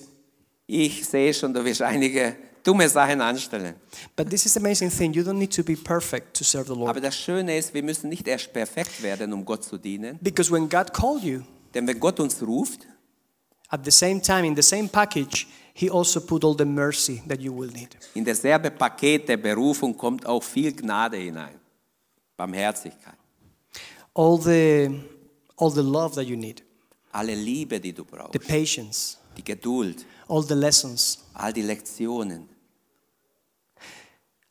Ich sehe schon, du wirst einige dumme Sachen anstellen.
But this is the amazing thing. You don't need to be perfect to serve the
Aber
Lord.
das Schöne ist, wir müssen nicht erst perfekt werden, um Gott zu dienen.
Because when God called you,
Denn wenn Gott uns ruft,
at the same time, in the same package, He also put all the mercy that you will need.
in dasselbe Paket der Berufung kommt auch viel Gnade hinein. Barmherzigkeit.
All the, all the love that you need,
Alle Liebe, die du
the
brauchst.
patience,
Die Geduld.
all the lessons.
All die Lektionen.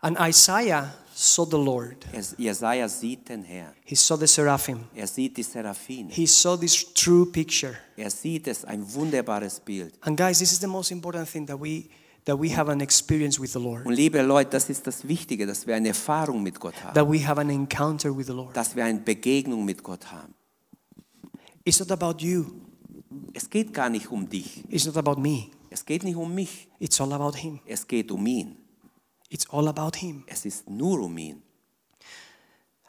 And Isaiah saw the Lord.
Es- Jesaja sieht den Herrn.
He saw the seraphim.
Er sieht die Seraphine.
He saw this true picture.
Er sieht es, ein wunderbares Bild.
And guys, this is the most important thing that we that we have an experience with the Lord,
Und liebe Leute, das ist das Wichtige, dass wir eine Erfahrung mit Gott haben.
that we have an encounter with the Lord.
Dass wir eine Begegnung mit Gott haben.
It's not about you.
Es geht gar nicht um dich.
It's not about me.
Es geht nicht um mich.
It's all about Him.
Es geht um ihn.
It's all about Him.
Es ist nur um ihn.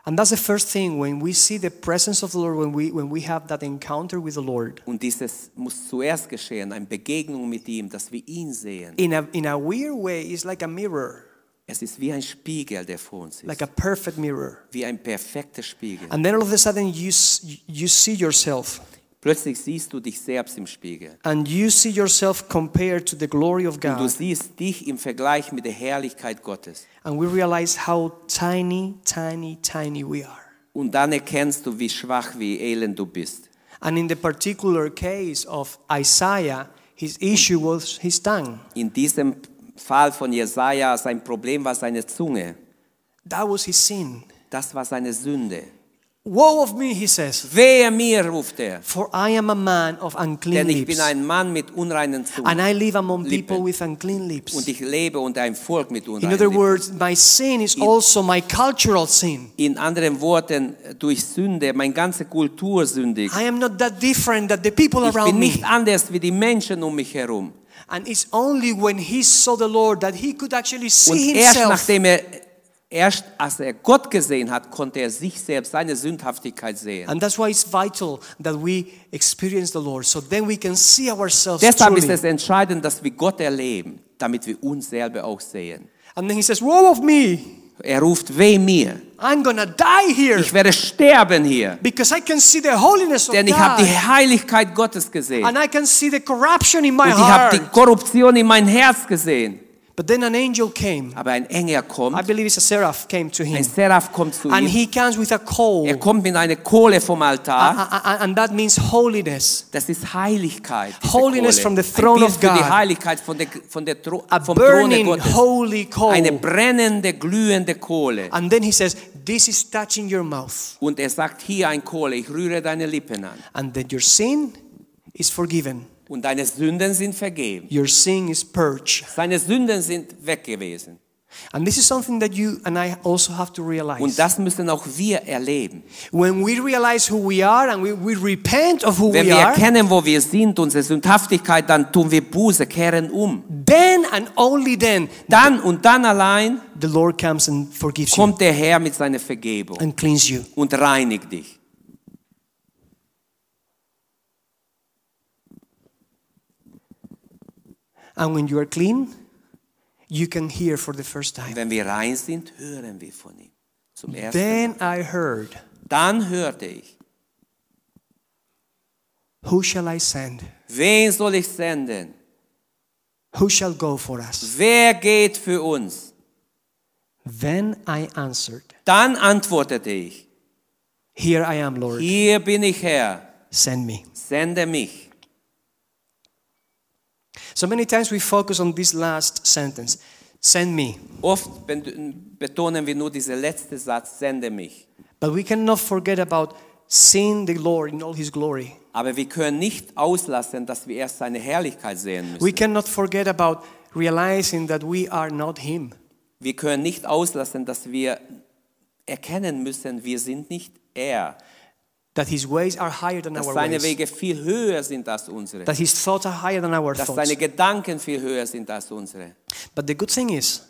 And that's the first thing when we see the presence of the Lord, when we when we have that encounter with the Lord.
Und dieses muss zuerst geschehen, eine Begegnung mit ihm, dass wir ihn sehen.
In a in a weird way, it's like a mirror,
Es ist wie ein Spiegel, der vor uns ist.
like a perfect mirror.
Wie ein perfekter Spiegel.
And then all of a sudden you s- you see yourself
Plötzlich siehst du dich selbst im Spiegel.
and you see yourself compared to the glory of
Und du
God.
siehst dich im Vergleich mit der Herrlichkeit Gottes.
And we realize how tiny, tiny, tiny we are.
Und dann erkennst du, wie schwach, wie elend du bist.
And in the particular case of Isaiah, his issue was his tongue.
In diesem Fall von Jesaja, sein Problem war seine Zunge.
That was his sin.
Das war seine Sünde.
Woe of me, he says,
Wehe mir, ruft er,
for I am a man of unclean
denn ich
lips.
bin ein Mann mit unreinen Zungen.
And I live among
Lippen.
people with unclean lips.
Und ich lebe unter einem Volk mit
In
unreinen
other
Lippen.
words, my sin is also my cultural sin.
In anderen Worten, durch Sünde, meine ganze Kultur sündigt.
I am not that different than the people
Ich bin
around me.
nicht anders wie die Menschen um mich herum.
And it's only when he saw the Lord that he could actually
Und
see
erst
himself.
nachdem er, erst als er Gott gesehen hat, konnte er sich selbst, seine Sündhaftigkeit sehen.
And that's why it's vital that we experience the Lord so then we can see ourselves
Deshalb ist
truly.
es entscheidend, dass wir Gott erleben, damit wir uns selber auch sehen.
And then he says, Woe of me!
Er ruft, weh mir,
I'm gonna die here
ich werde sterben hier,
because I can see the holiness of
denn ich habe die
God
Heiligkeit Gottes gesehen
and
und
I can see the corruption in my
ich habe die
heart.
Korruption in mein Herz gesehen.
But then an angel came.
Aber ein Engel
I
kommt,
believe it's a seraph came to
ein
him.
Seraph kommt zu
And
ihm,
he comes with a coal.
er kommt mit einer Kohle vom Altar.
A- a- a- And that means holiness.
Das ist Heiligkeit. diese
Holiness
Kohle.
from the
Ein
throne
Bild
of
Für
God.
die Heiligkeit von der, von der Thro
A
vom Throne
burning
Gottes.
holy coal.
Eine brennende, glühende Kohle.
And then he says, This is touching your mouth.
Und er sagt, hier ein Kohle, ich rühre deine Lippen an.
And then your sin is forgiven.
Und deine Sünden sind vergeben.
Your sin is purged.
Seine Sünden sind weg gewesen.
And this is something that you and I also have to realize.
Und das müssen auch wir erleben.
when we realize who we are and we, we repent of who
Wenn
we
wir
are,
erkennen, wo wir sind, unsere Sündhaftigkeit, dann tun wir Buße, kehren um.
then and only then
Dann und dann allein
the Lord comes and forgives you
kommt der Herr mit seiner Vergebung
and cleans you.
und reinigt dich.
And when you are clean, you can hear for the first time.
Wenn wir rein sind, hören wir von ihm. Zum ersten
Then I heard,
Dann hörte ich,
Who shall I send?
wen soll ich senden?
Who shall go for us?
Wer geht für uns?
Then I answered,
Dann antwortete ich,
Here I am, Lord,
hier bin ich Herr,
send me.
sende mich.
So many times we focus on this last sentence send me.
Oft ben- betonen wir nur diesen letzten Satz, sende mich.
But we cannot forget about seeing the Lord in all his glory.
Aber wir können nicht auslassen, dass wir erst seine Herrlichkeit sehen müssen.
We cannot forget about realizing that we are not him.
Wir können nicht auslassen, dass wir erkennen müssen, wir sind nicht er.
That his ways are higher than
Dass
our
seine
ways.
Wege viel höher sind als unsere.
That his thoughts are higher than our
Dass
thoughts.
seine Gedanken viel höher sind als unsere.
But the good thing is,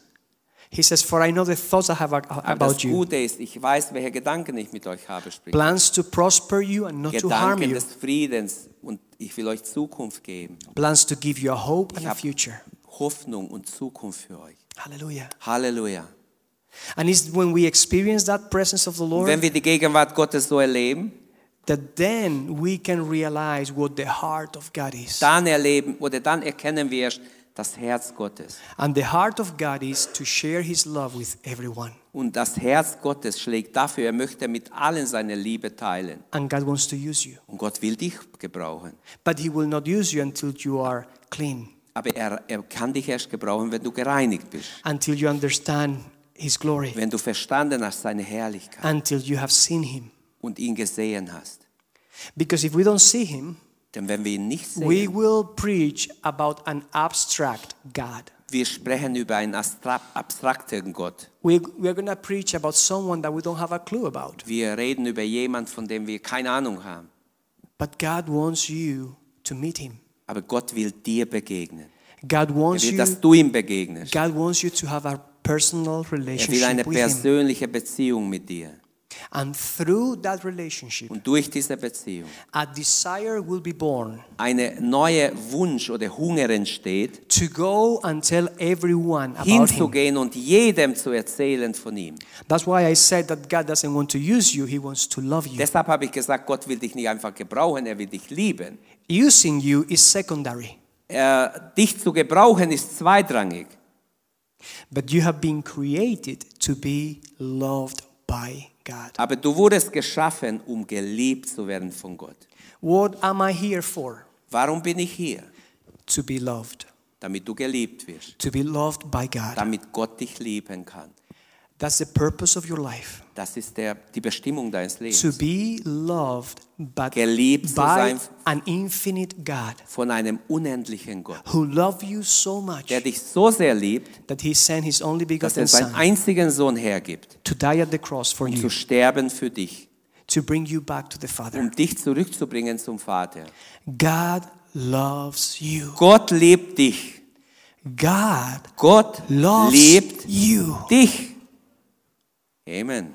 He says, For I know the thoughts I have a-
Aber das
about you.
Gute ist, ich weiß, welche Gedanken ich mit euch habe, spricht
Plans to prosper you and not to harm
Gedanken
you.
des Friedens und ich will euch Zukunft geben.
Plans to give you a hope and a
hab-
future.
Hoffnung und Zukunft für euch.
Hallelujah.
Halleluja.
And it's when we experience that presence of the
Und
Lord
wenn wir die Gegenwart Gottes so erleben,
that then we can realize what the heart of God is.
dann erleben oder dann erkennen wir erst das Herz Gottes.
And the heart of God is to share his love with everyone.
Und das Herz Gottes schlägt dafür, er möchte mit allen seine Liebe teilen.
And God wants to use you.
Und Gott will dich gebrauchen.
But he will not use you until you are clean,
Aber er, er kann dich erst gebrauchen, wenn du gereinigt bist.
until you understand his glory,
Wenn du verstanden hast seine Herrlichkeit
until you have seen him.
und ihn gesehen hast.
Because if we don't see him,
Denn wenn wir ihn nicht
we
sehen,
will preach about an abstract God.
wir sprechen über einen abstra- abstrakten Gott.
We, we are going to preach about someone that we don't have a clue about.
Wir reden über jemanden, von dem wir keine Ahnung haben.
But God wants you to meet him.
Aber Gott will dir begegnen.
God
Er
wants
will,
you
dass du ihm begegnest.
God wants you to have a personal
Er will eine
relationship with Him.
persönliche Beziehung mit dir.
And through that relationship,
Und durch diese Beziehung
a desire will be born
eine neue Wunsch oder Hunger entsteht,
to go and tell everyone about Him.
hinzugehen und jedem zu erzählen von ihm.
That's why I said that God doesn't want to use you, He wants to love you.
Deshalb habe ich gesagt, Gott will dich nicht einfach gebrauchen, er will dich lieben.
Using you is secondary,
Äh, dich zu gebrauchen ist zweitrangig.
but you have been created to be loved by God.
Aber du wurdest geschaffen, um geliebt zu werden von Gott.
What am I here for?
Warum bin ich hier?
To be loved,
Damit du geliebt wirst.
to be loved by God.
Damit Gott dich lieben kann.
That's the purpose of your life.
Das ist der, die Bestimmung deines
to
Lebens.
be loved but
Geliebt zu
by
sein.
an infinite God
Von einem unendlichen Gott,
who loved you so much
der dich so sehr liebt,
that he sent his only
dass
begotten
er seinen
son
einzigen Sohn hergibt,
to die at the cross for
um zu
you
sterben für dich,
to bring you back to the father
um dich zurückzubringen zum Vater.
God loves you
Gott liebt dich.
God
Gott
loves
liebt
you
dich. Amen.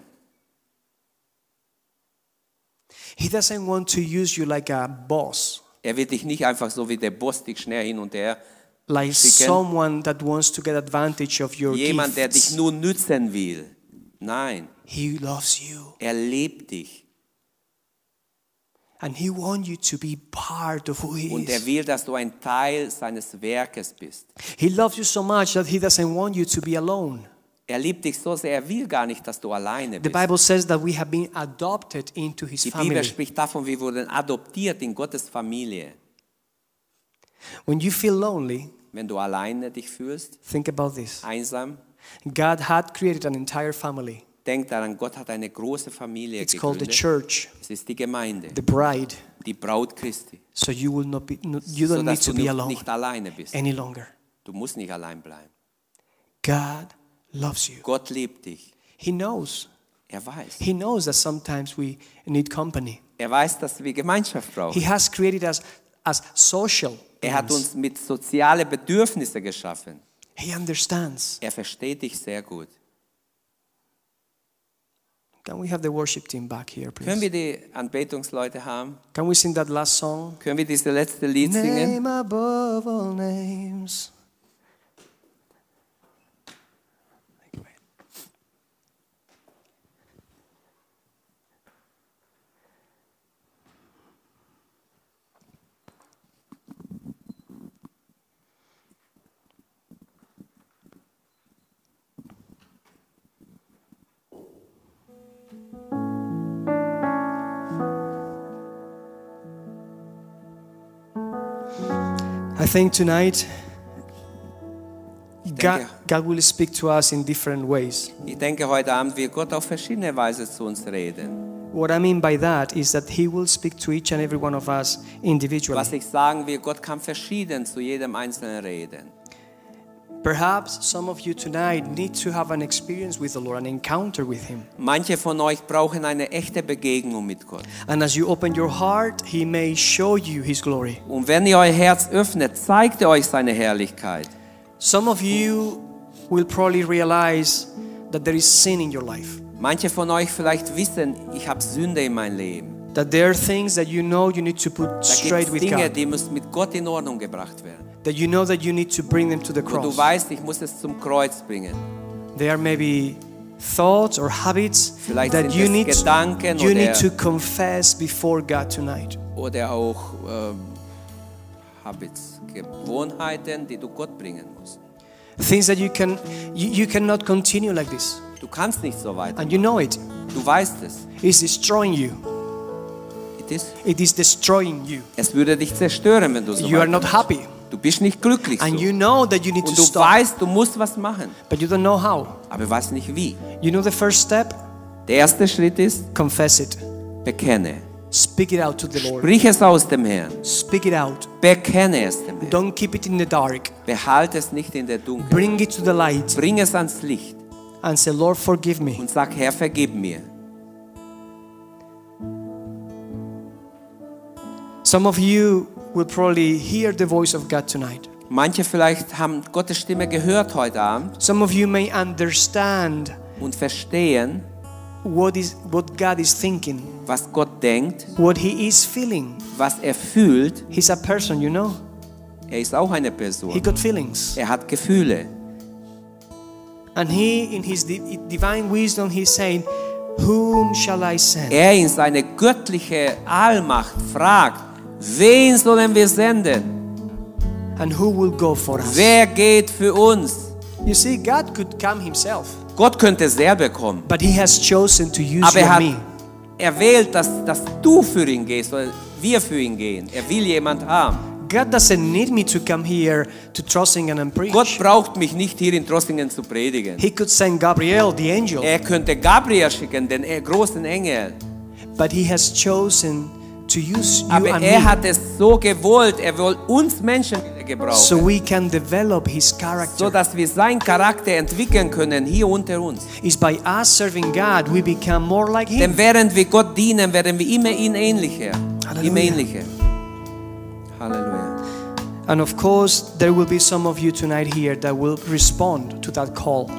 he doesn't want to use you like a boss
Er will dich nicht einfach so wie der Boss dich schnell hin und her.
like
Chicken.
someone that wants to get advantage of your
Jemand, der dich
gifts
nur nützen will. Nein,
he loves you
er liebt dich.
and he wants you to be part of who he
Und er
is
will, dass du ein Teil seines Werkes bist.
he loves you so much that he doesn't want you to be alone
Er liebt dich so sehr, er will gar nicht, dass du alleine
The
bist.
Bible says that we have been adopted into his
Die Bibel
family.
spricht davon, wir wurden adoptiert in Gottes Familie.
When you feel lonely,
Wenn du alleine dich fühlst,
think about this.
einsam,
God had created an entire family.
denk daran, Gott hat eine große Familie
It's called the
gegründet.
church,
Es ist die Gemeinde,
the bride.
die Braut Christi.
So you will not be no- you don't need
sodass
to
du
be
nicht-
alone
nicht alleine bist.
any longer.
Du musst nicht allein bleiben.
God loves you.
Gott liebt dich.
He knows.
Er weiß.
He knows that sometimes we need company.
Er weiß, dass wir Gemeinschaft
He
brauchen.
has created us as social.
Er hat
beings.
uns mit sozialen Bedürfnissen geschaffen.
He understands.
Er versteht dich sehr gut.
Can we have the worship team back here,
Können
please?
wir die Anbetungsleute haben?
Can we sing that last song?
Können wir dieses letzte Lied singen?
Name above all names. I think tonight God,
denke-
God will speak to us in different ways.
Ich denke, heute Abend wird Gott auf verschiedene Weise zu uns reden.
What I mean by that is that He will speak to each and every one of us individually.
Was ich sagen will, Gott kann verschieden zu jedem Einzelnen reden.
Perhaps some of you tonight need to have an experience with the Lord, an encounter with Him.
Manche von euch brauchen eine echte Begegnung mit Gott.
And as you open your heart, He may show you His glory.
Und wenn ihr euer Herz öffnet, zeigt er euch seine Herrlichkeit.
Some of you will probably realize that there is sin in your life.
Manche von euch vielleicht wissen, ich habe Sünde in meinem Leben.
That there are things that you know you need to put
Da gibt
straight
es
with
Dinge,
God.
die müssen mit Gott in Ordnung gebracht werden.
That you know that you need to bring them to the
Wo du
cross.
weißt, ich muss es zum Kreuz bringen.
There are maybe thoughts or habits
Vielleicht
that
sind
you
es
need,
Gedanken
you need
oder-
to confess before God tonight.
Oder auch ähm, Habits, Gewohnheiten, die du Gott bringen musst.
Things that you can you, you cannot continue like this.
Du kannst nicht so weiter.
And you know it.
Du weißt es.
It's destroying you.
It is.
It is destroying you.
Es würde dich zerstören, wenn du so
You are not
weitermachst.
happy.
Du bist nicht glücklich so.
And you know that you need to
Und du
stop.
weißt, du musst was machen,
But you don't know how.
aber weißt nicht wie.
You know the first step?
Der erste Schritt ist,
Confess it.
bekenne.
Speak it out to the Lord.
Sprich es aus dem Herrn.
Speak it out.
Bekenne es dem Herrn.
Don't keep it in the dark.
Behalte es nicht in der Dunkelheit.
Bring it to the light
Bring es ans Licht
and say, Lord, forgive me.
und sag, Herr, vergib mir.
Some of you will probably hear the voice of God tonight.
Manche vielleicht haben Gottes Stimme gehört heute Abend
Some of you may understand
und verstehen,
what is what God is thinking,
was Gott denkt,
what he is feeling.
was er fühlt.
He's a person, you know.
Er ist auch eine
He
Person.
got feelings.
Er hat Gefühle.
And he in his di- divine wisdom he's saying, "Whom shall I send?"
Er in seine göttliche Allmacht fragt, wen sollen wir senden?
And who will go for us?
Wer geht für uns?
You see, God could come himself,
Gott könnte selber kommen,
but he has chosen to use
aber
you
er
and
hat
me.
erwählt, dass, dass du für ihn gehst oder wir für ihn gehen. Er will jemand haben.
God doesn't need me to come here to Trossingen and preach.
Gott braucht mich nicht hier in Trossingen zu predigen.
He could send Gabriel, the angel,
Er könnte Gabriel schicken, den e- großen Engel.
but he has chosen to use you
Aber
and
er
me
hat es so gewollt, er will uns Menschen
so
gebrauchen,
we can develop his
so
character.
dass wir seinen Charakter entwickeln können hier unter uns.
It's by us serving God we become more like him.
Denn während wir Gott dienen, werden wir immer ihm ähnlicher.
Halleluja.
Immer ähnlicher. Halleluja.
And of course, there will be some of you tonight here that will respond to that call.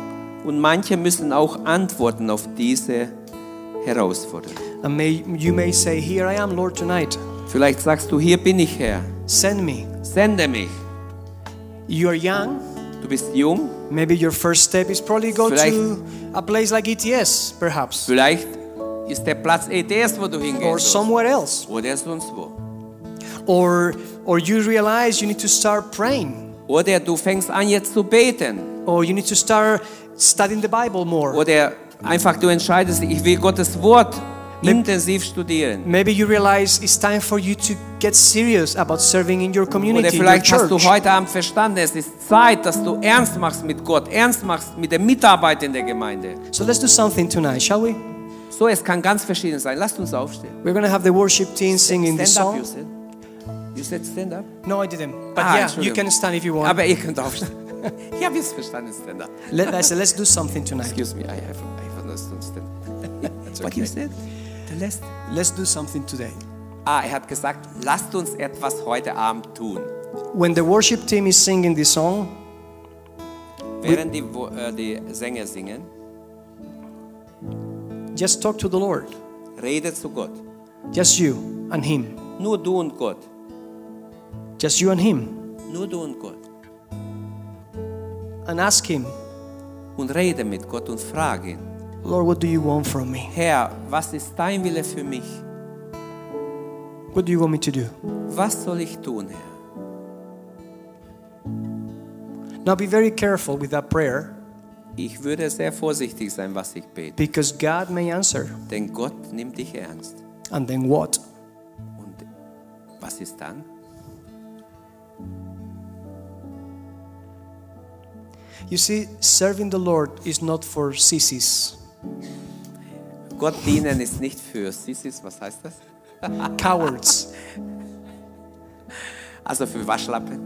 Und manche müssen auch antworten auf diese Herausforderung.
And may, you may say, Here I am, Lord, tonight.
Vielleicht sagst du, hier bin ich Herr.
Send me.
Sende mich.
You are young.
Du bist jung.
Maybe your first step is probably go to
Vielleicht-
a place like ETS, perhaps,
Vielleicht ist der Platz ETS, wo du
or
hingehst.
somewhere else.
Oder sonst wo.
Or, or you realize you need to start praying,
Oder du fängst an jetzt zu beten.
or you need to start studying the Bible more.
Oder einfach du entscheidest, ich will Gottes Wort intensiv studieren.
Maybe you realize it's time for you to get serious about serving in your
Oder
community, in your
vielleicht hast du
church.
heute Abend verstanden, es ist Zeit, dass du ernst machst mit Gott, ernst machst mit den Mitarbeitern der Gemeinde.
So let's do something tonight, shall we?
So, es kann ganz verschieden sein. Lasst uns aufstehen.
We're gonna have the worship team singing the
Stand up, you
song.
said. You said stand up.
No, I didn't. But
Ah,
yeah, you
Entschuldigung.
can stand if you want.
Aber ihr könnt aufstehen. ich habe jetzt verstanden, stand up.
Let, I said, let's do something tonight.
Excuse me, I have, I have understood stand up. What
okay.
you said? The last.
Let's do something today.
Ah, er hat gesagt, lasst uns etwas heute Abend tun.
When the worship team is singing this song,
Während die, Wo- äh, die Sänger singen,
just talk to the Lord.
rede zu Gott.
Just you and Him.
Nur du und Gott.
Just you and Him.
Nur du und Gott.
And ask Him,
Und rede mit Gott und frage ihn.
Lord, what do you want from me?
Herr, was ist dein Wille für mich?
What do you want me to do?
Was soll ich tun, Herr?
Now be very careful with that prayer
Ich würde sehr vorsichtig sein, was ich bete,
because God may answer.
denn Gott nimmt dich ernst.
And then what?
Und was ist dann?
You see, serving the Lord is not for sissies,
Gott dienen ist nicht für Sissis, was heißt das?
uh, cowards.
Also für Waschlappen.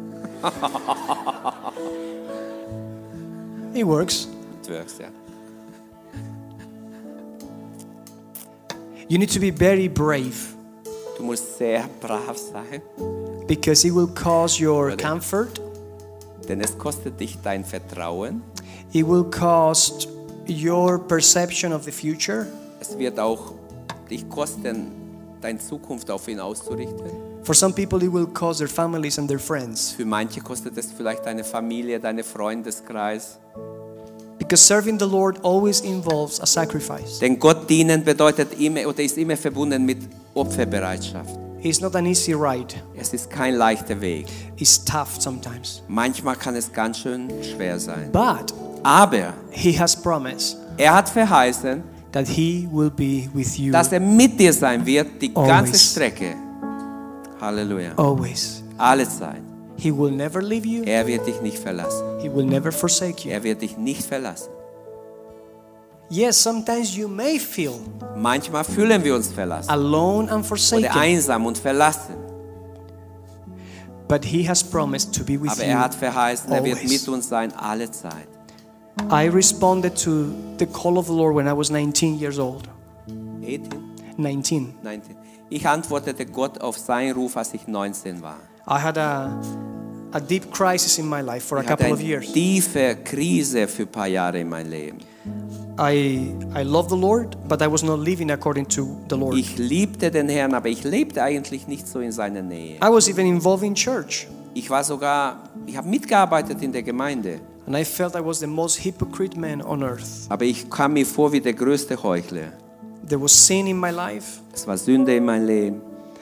It works.
Twerks, ja.
You need to be very brave
Du musst sehr brav sein,
because it will cause your
Ready.
comfort
denn es kostet dich dein Vertrauen.
It will cost your perception of the future.
Es wird auch dich kosten, deine Zukunft auf ihn auszurichten.
For some people, it will cost their families and their friends.
Für manche kostet es vielleicht deine Familie, deine Freundeskreis.
Because serving the Lord always involves a sacrifice.
Denn Gott dienen bedeutet immer oder ist immer verbunden mit Opferbereitschaft.
It's not an easy ride,
Es ist kein leichter Weg.
it's tough sometimes.
Manchmal kann es ganz schön schwer sein.
But
Aber
He has promised
er hat verheißen,
that He will be with you
dass er mit dir sein wird, die ganze
Always.
Strecke. Halleluja.
always.
Alle Zeit.
He will never leave you,
Er wird dich nicht verlassen.
He will never forsake you.
Er wird dich nicht verlassen.
Yes, sometimes you may feel
Manchmal fühlen wir uns verlassen
alone and
oder
forsaken,
einsam und verlassen.
but He has promised to be with
Aber er hat
you.
verheißen, er wird
always.
mit uns sein alle Zeit.
I responded to the call of the Lord when I was 19 years old.
18,
19.
19. Ich antwortete Gott auf seinen Ruf, als ich 19 war.
I had a, a deep crisis in my life for a
Ich hatte
couple
eine
of years.
tiefe Krise für ein paar Jahre in meinem Leben.
I, I loved the Lord, but I was not living according to the Lord.
Ich liebte den Herrn, aber ich lebte eigentlich nicht so in seiner Nähe.
I was even involved in church,
Ich war sogar, ich habe mitgearbeitet in der Gemeinde,
and I felt I was the most hypocrite man on earth.
aber ich kam mir vor wie der größte Heuchler.
There was sin in my life,
Es war Sünde in meinem Leben.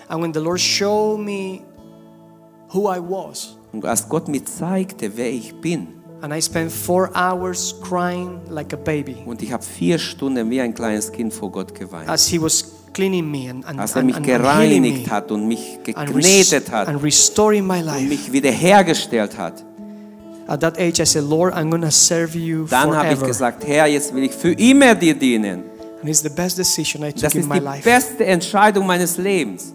and when the Lord showed me who I was,
Und als Gott mir zeigte, wer ich bin,
and I spent four hours crying like a baby
und ich habe vier Stunden wie ein kleines Kind vor Gott geweint,
as He was cleaning me and, and,
als er
and,
mich
and healing me
gereinigt hat und mich
and, res-
geknetet hat
and restoring my
und
life.
mich wiederhergestellt hat,
At that age, I said, Lord, I'm going to serve you
dann habe ich
forever.
gesagt, Herr, jetzt will ich für immer dir dienen.
And it's the best decision I
Das
took in
ist
my
die
life.
beste Entscheidung meines Lebens.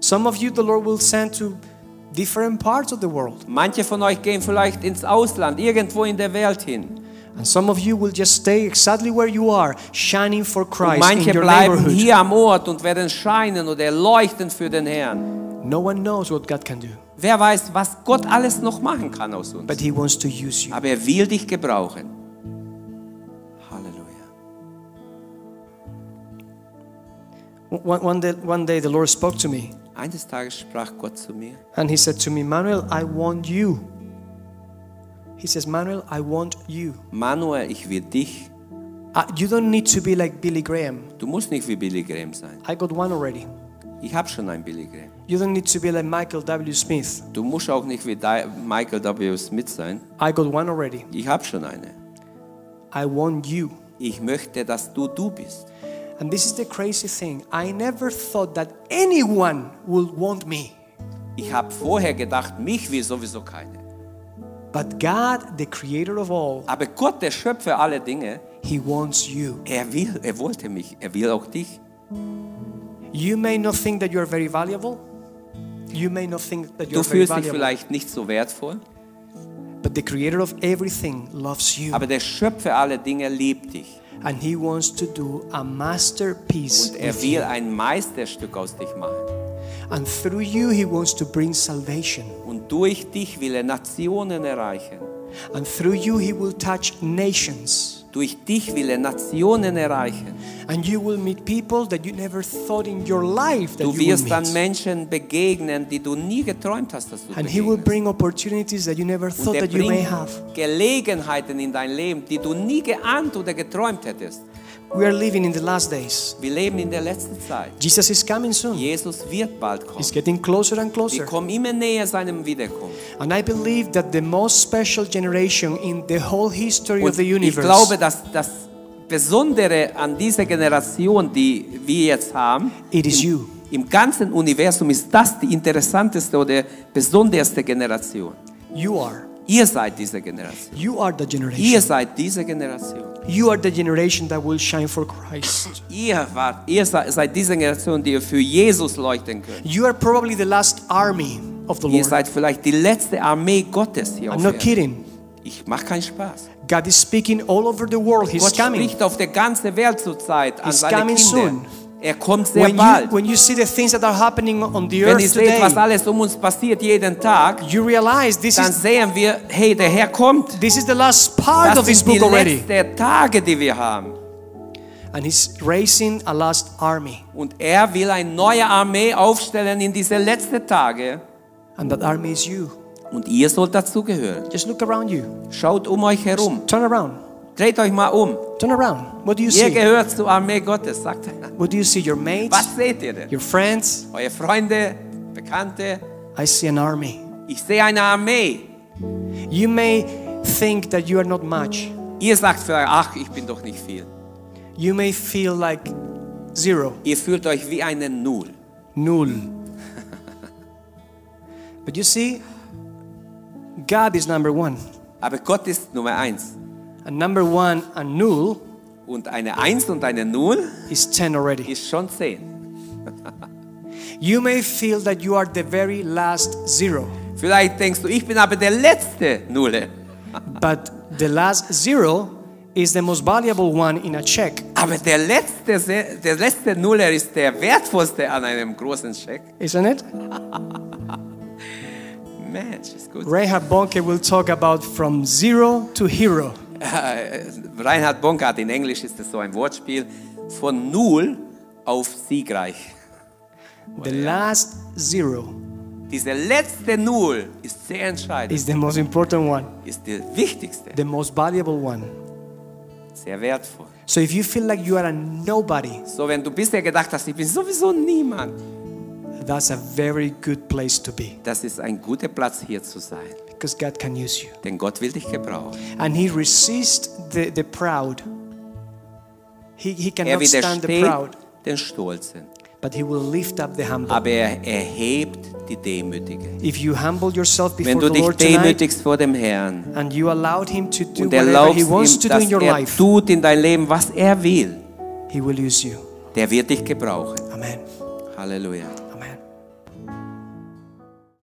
Some of you, the Lord will send to different parts of the world.
Manche von euch gehen vielleicht ins Ausland, irgendwo in der Welt hin.
And some of you will just stay exactly where you are, shining for
Und
Christ in
manche
your
bleiben
neighborhood.
hier am Ort und werden scheinen oder leuchten für den Herrn.
No one knows what God can do,
Wer weiß, was Gott alles noch machen kann aus uns.
but He wants to use you.
Aber er will dich gebrauchen. Halleluja.
One, one, day, one day, the Lord spoke to me,
Eines Tages sprach Gott zu mir,
and He said to me, Manuel, I want you. He says, Manuel, I want you.
Manuel, ich will dich.
Uh, you don't need to be like Billy Graham.
Du musst nicht wie Billy Graham sein.
I got one already.
Ich habe schon einen Billy Graham.
You don't need to be like Michael W. Smith.
Du musst auch nicht wie Di- Michael W. Smith sein.
I got one already.
Ich habe schon eine.
I want you.
Ich möchte, dass du du bist.
And this is the crazy thing. I never thought that anyone would want me.
Ich habe vorher gedacht, mich will sowieso keiner.
But God, the creator of all,
Aber Gott, der Schöpfer aller Dinge,
He wants you.
er will, er wollte mich, er will auch dich.
You may not think that you're very valuable. You may not think that
Du
you're very
fühlst dich
valuable.
vielleicht nicht so wertvoll,
But the creator of everything loves you.
aber der Schöpfer aller Dinge liebt dich.
And He wants to do a masterpiece.
Und er
with
will
you.
ein Meisterstück aus dich machen.
And through you, He wants to bring salvation.
Und durch dich will er Nationen erreichen.
And through you, He will touch nations.
Durch dich will er Nationen erreichen.
And you will meet people that you never thought in your life that
Du
you would
wirst
meet.
dann Menschen begegnen, die du nie geträumt hast, dass du
And he will
begegnest.
bring opportunities that you never
Und
thought
er
that you may
bringt
have.
Gelegenheiten in dein Leben, die du nie geahnt oder geträumt hättest.
We are living in the last days.
Wir leben in der letzten Zeit.
Jesus is coming soon.
Jesus wird bald kommen.
He's getting closer and
Wir
closer.
kommen immer näher seinem Wiederkommen.
And I believe that the most special generation in the whole history of
Und
the
ich
universe
glaube, dass das Besondere an dieser Generation, die wir jetzt haben,
It is you.
im ganzen Universum ist das die interessanteste oder besonderste Generation.
you are.
Ihr seid diese Generation.
You are the
Ihr
generation.
seid diese Generation.
You are the generation that will shine for Christ.
Ihr, wart, ihr se- seid diese Generation, die ihr für Jesus leuchten könnt.
You are probably the last army of the
Ihr
Lord.
seid vielleicht die letzte Armee Gottes hier
I'm
auf
not
Erden.
kidding.
Ich mache keinen Spaß.
God is speaking all over the world. He's
Gott
coming.
spricht auf der ganzen Welt zurzeit an
He's
seine
coming
Kinder.
soon.
Er kommt sehr
When you,
bald.
when you see the things that are happening on the
Wenn ihr
earth
seht,
today,
was alles um uns passiert jeden Tag,
you realize this
dann
is,
sehen wir, hey, der Herr kommt.
this is the last part of
Das
this
sind die
book already.
letzten Tage, die wir haben.
And he's raising a last army.
Und er will eine neue Armee aufstellen in diese letzten Tage.
And that army is you.
Und ihr sollt dazugehören.
Just look around you.
Schaut um euch herum.
Turn around.
Dreht euch mal um.
Turn around. What do you
Ihr
see?
gehört zur Armee Gottes, sagt er.
What do you see? Your mates?
Was seht ihr denn?
Your friends?
Eure Freunde, Bekannte.
I see an army.
Ich sehe eine Armee.
You may think that you are not much.
Ihr sagt vielleicht, ach, ich bin doch nicht viel.
You may feel like zero,
Ihr fühlt euch wie eine Null.
null. but you see, God is number one.
Aber Gott ist Nummer eins.
And number one and null
Und eine Eins und eine Null
is 10 already.
ist schon zehn.
You may feel that you are the very last zero,
Vielleicht denkst du, ich bin aber der letzte Nulle.
but the last zero is the most valuable one in a check.
Aber der letzte, Se- der letzte Nuller ist der wertvollste an einem großen Scheck.
Isn't it?
Mensch, ist gut.
Reinhard Bonke will talk about from zero to hero.
Äh, Reinhard Bonkart, in Englisch ist das so ein Wortspiel, von Null auf siegreich.
The last zero
Diese letzte Null ist sehr entscheidend,
is the most important one,
ist die wichtigste,
the most valuable one.
sehr wertvoll.
So if you feel like you are a nobody,
So, wenn du bisher gedacht hast, ich bin sowieso niemand,
that's a very good place to be
das ist ein guter Platz hier zu sein,
because God can use you.
denn Gott will dich gebrauchen.
And He resists the, the proud. He, he
Er
cannot stand the
widersteht
proud,
den Stolzen,
but He will lift up the humble.
aber er erhebt die Demütigen.
If you humble yourself
Wenn
before
du
the
dich
Lord tonight
demütigst vor dem Herrn
and you allowed Him to do
und
whatever
erlaubst
He wants
ihm,
to do in
dass
your
er
life,
tut in dein Leben, was er will,
He will use you.
der wird dich gebrauchen.
Amen.
Halleluja.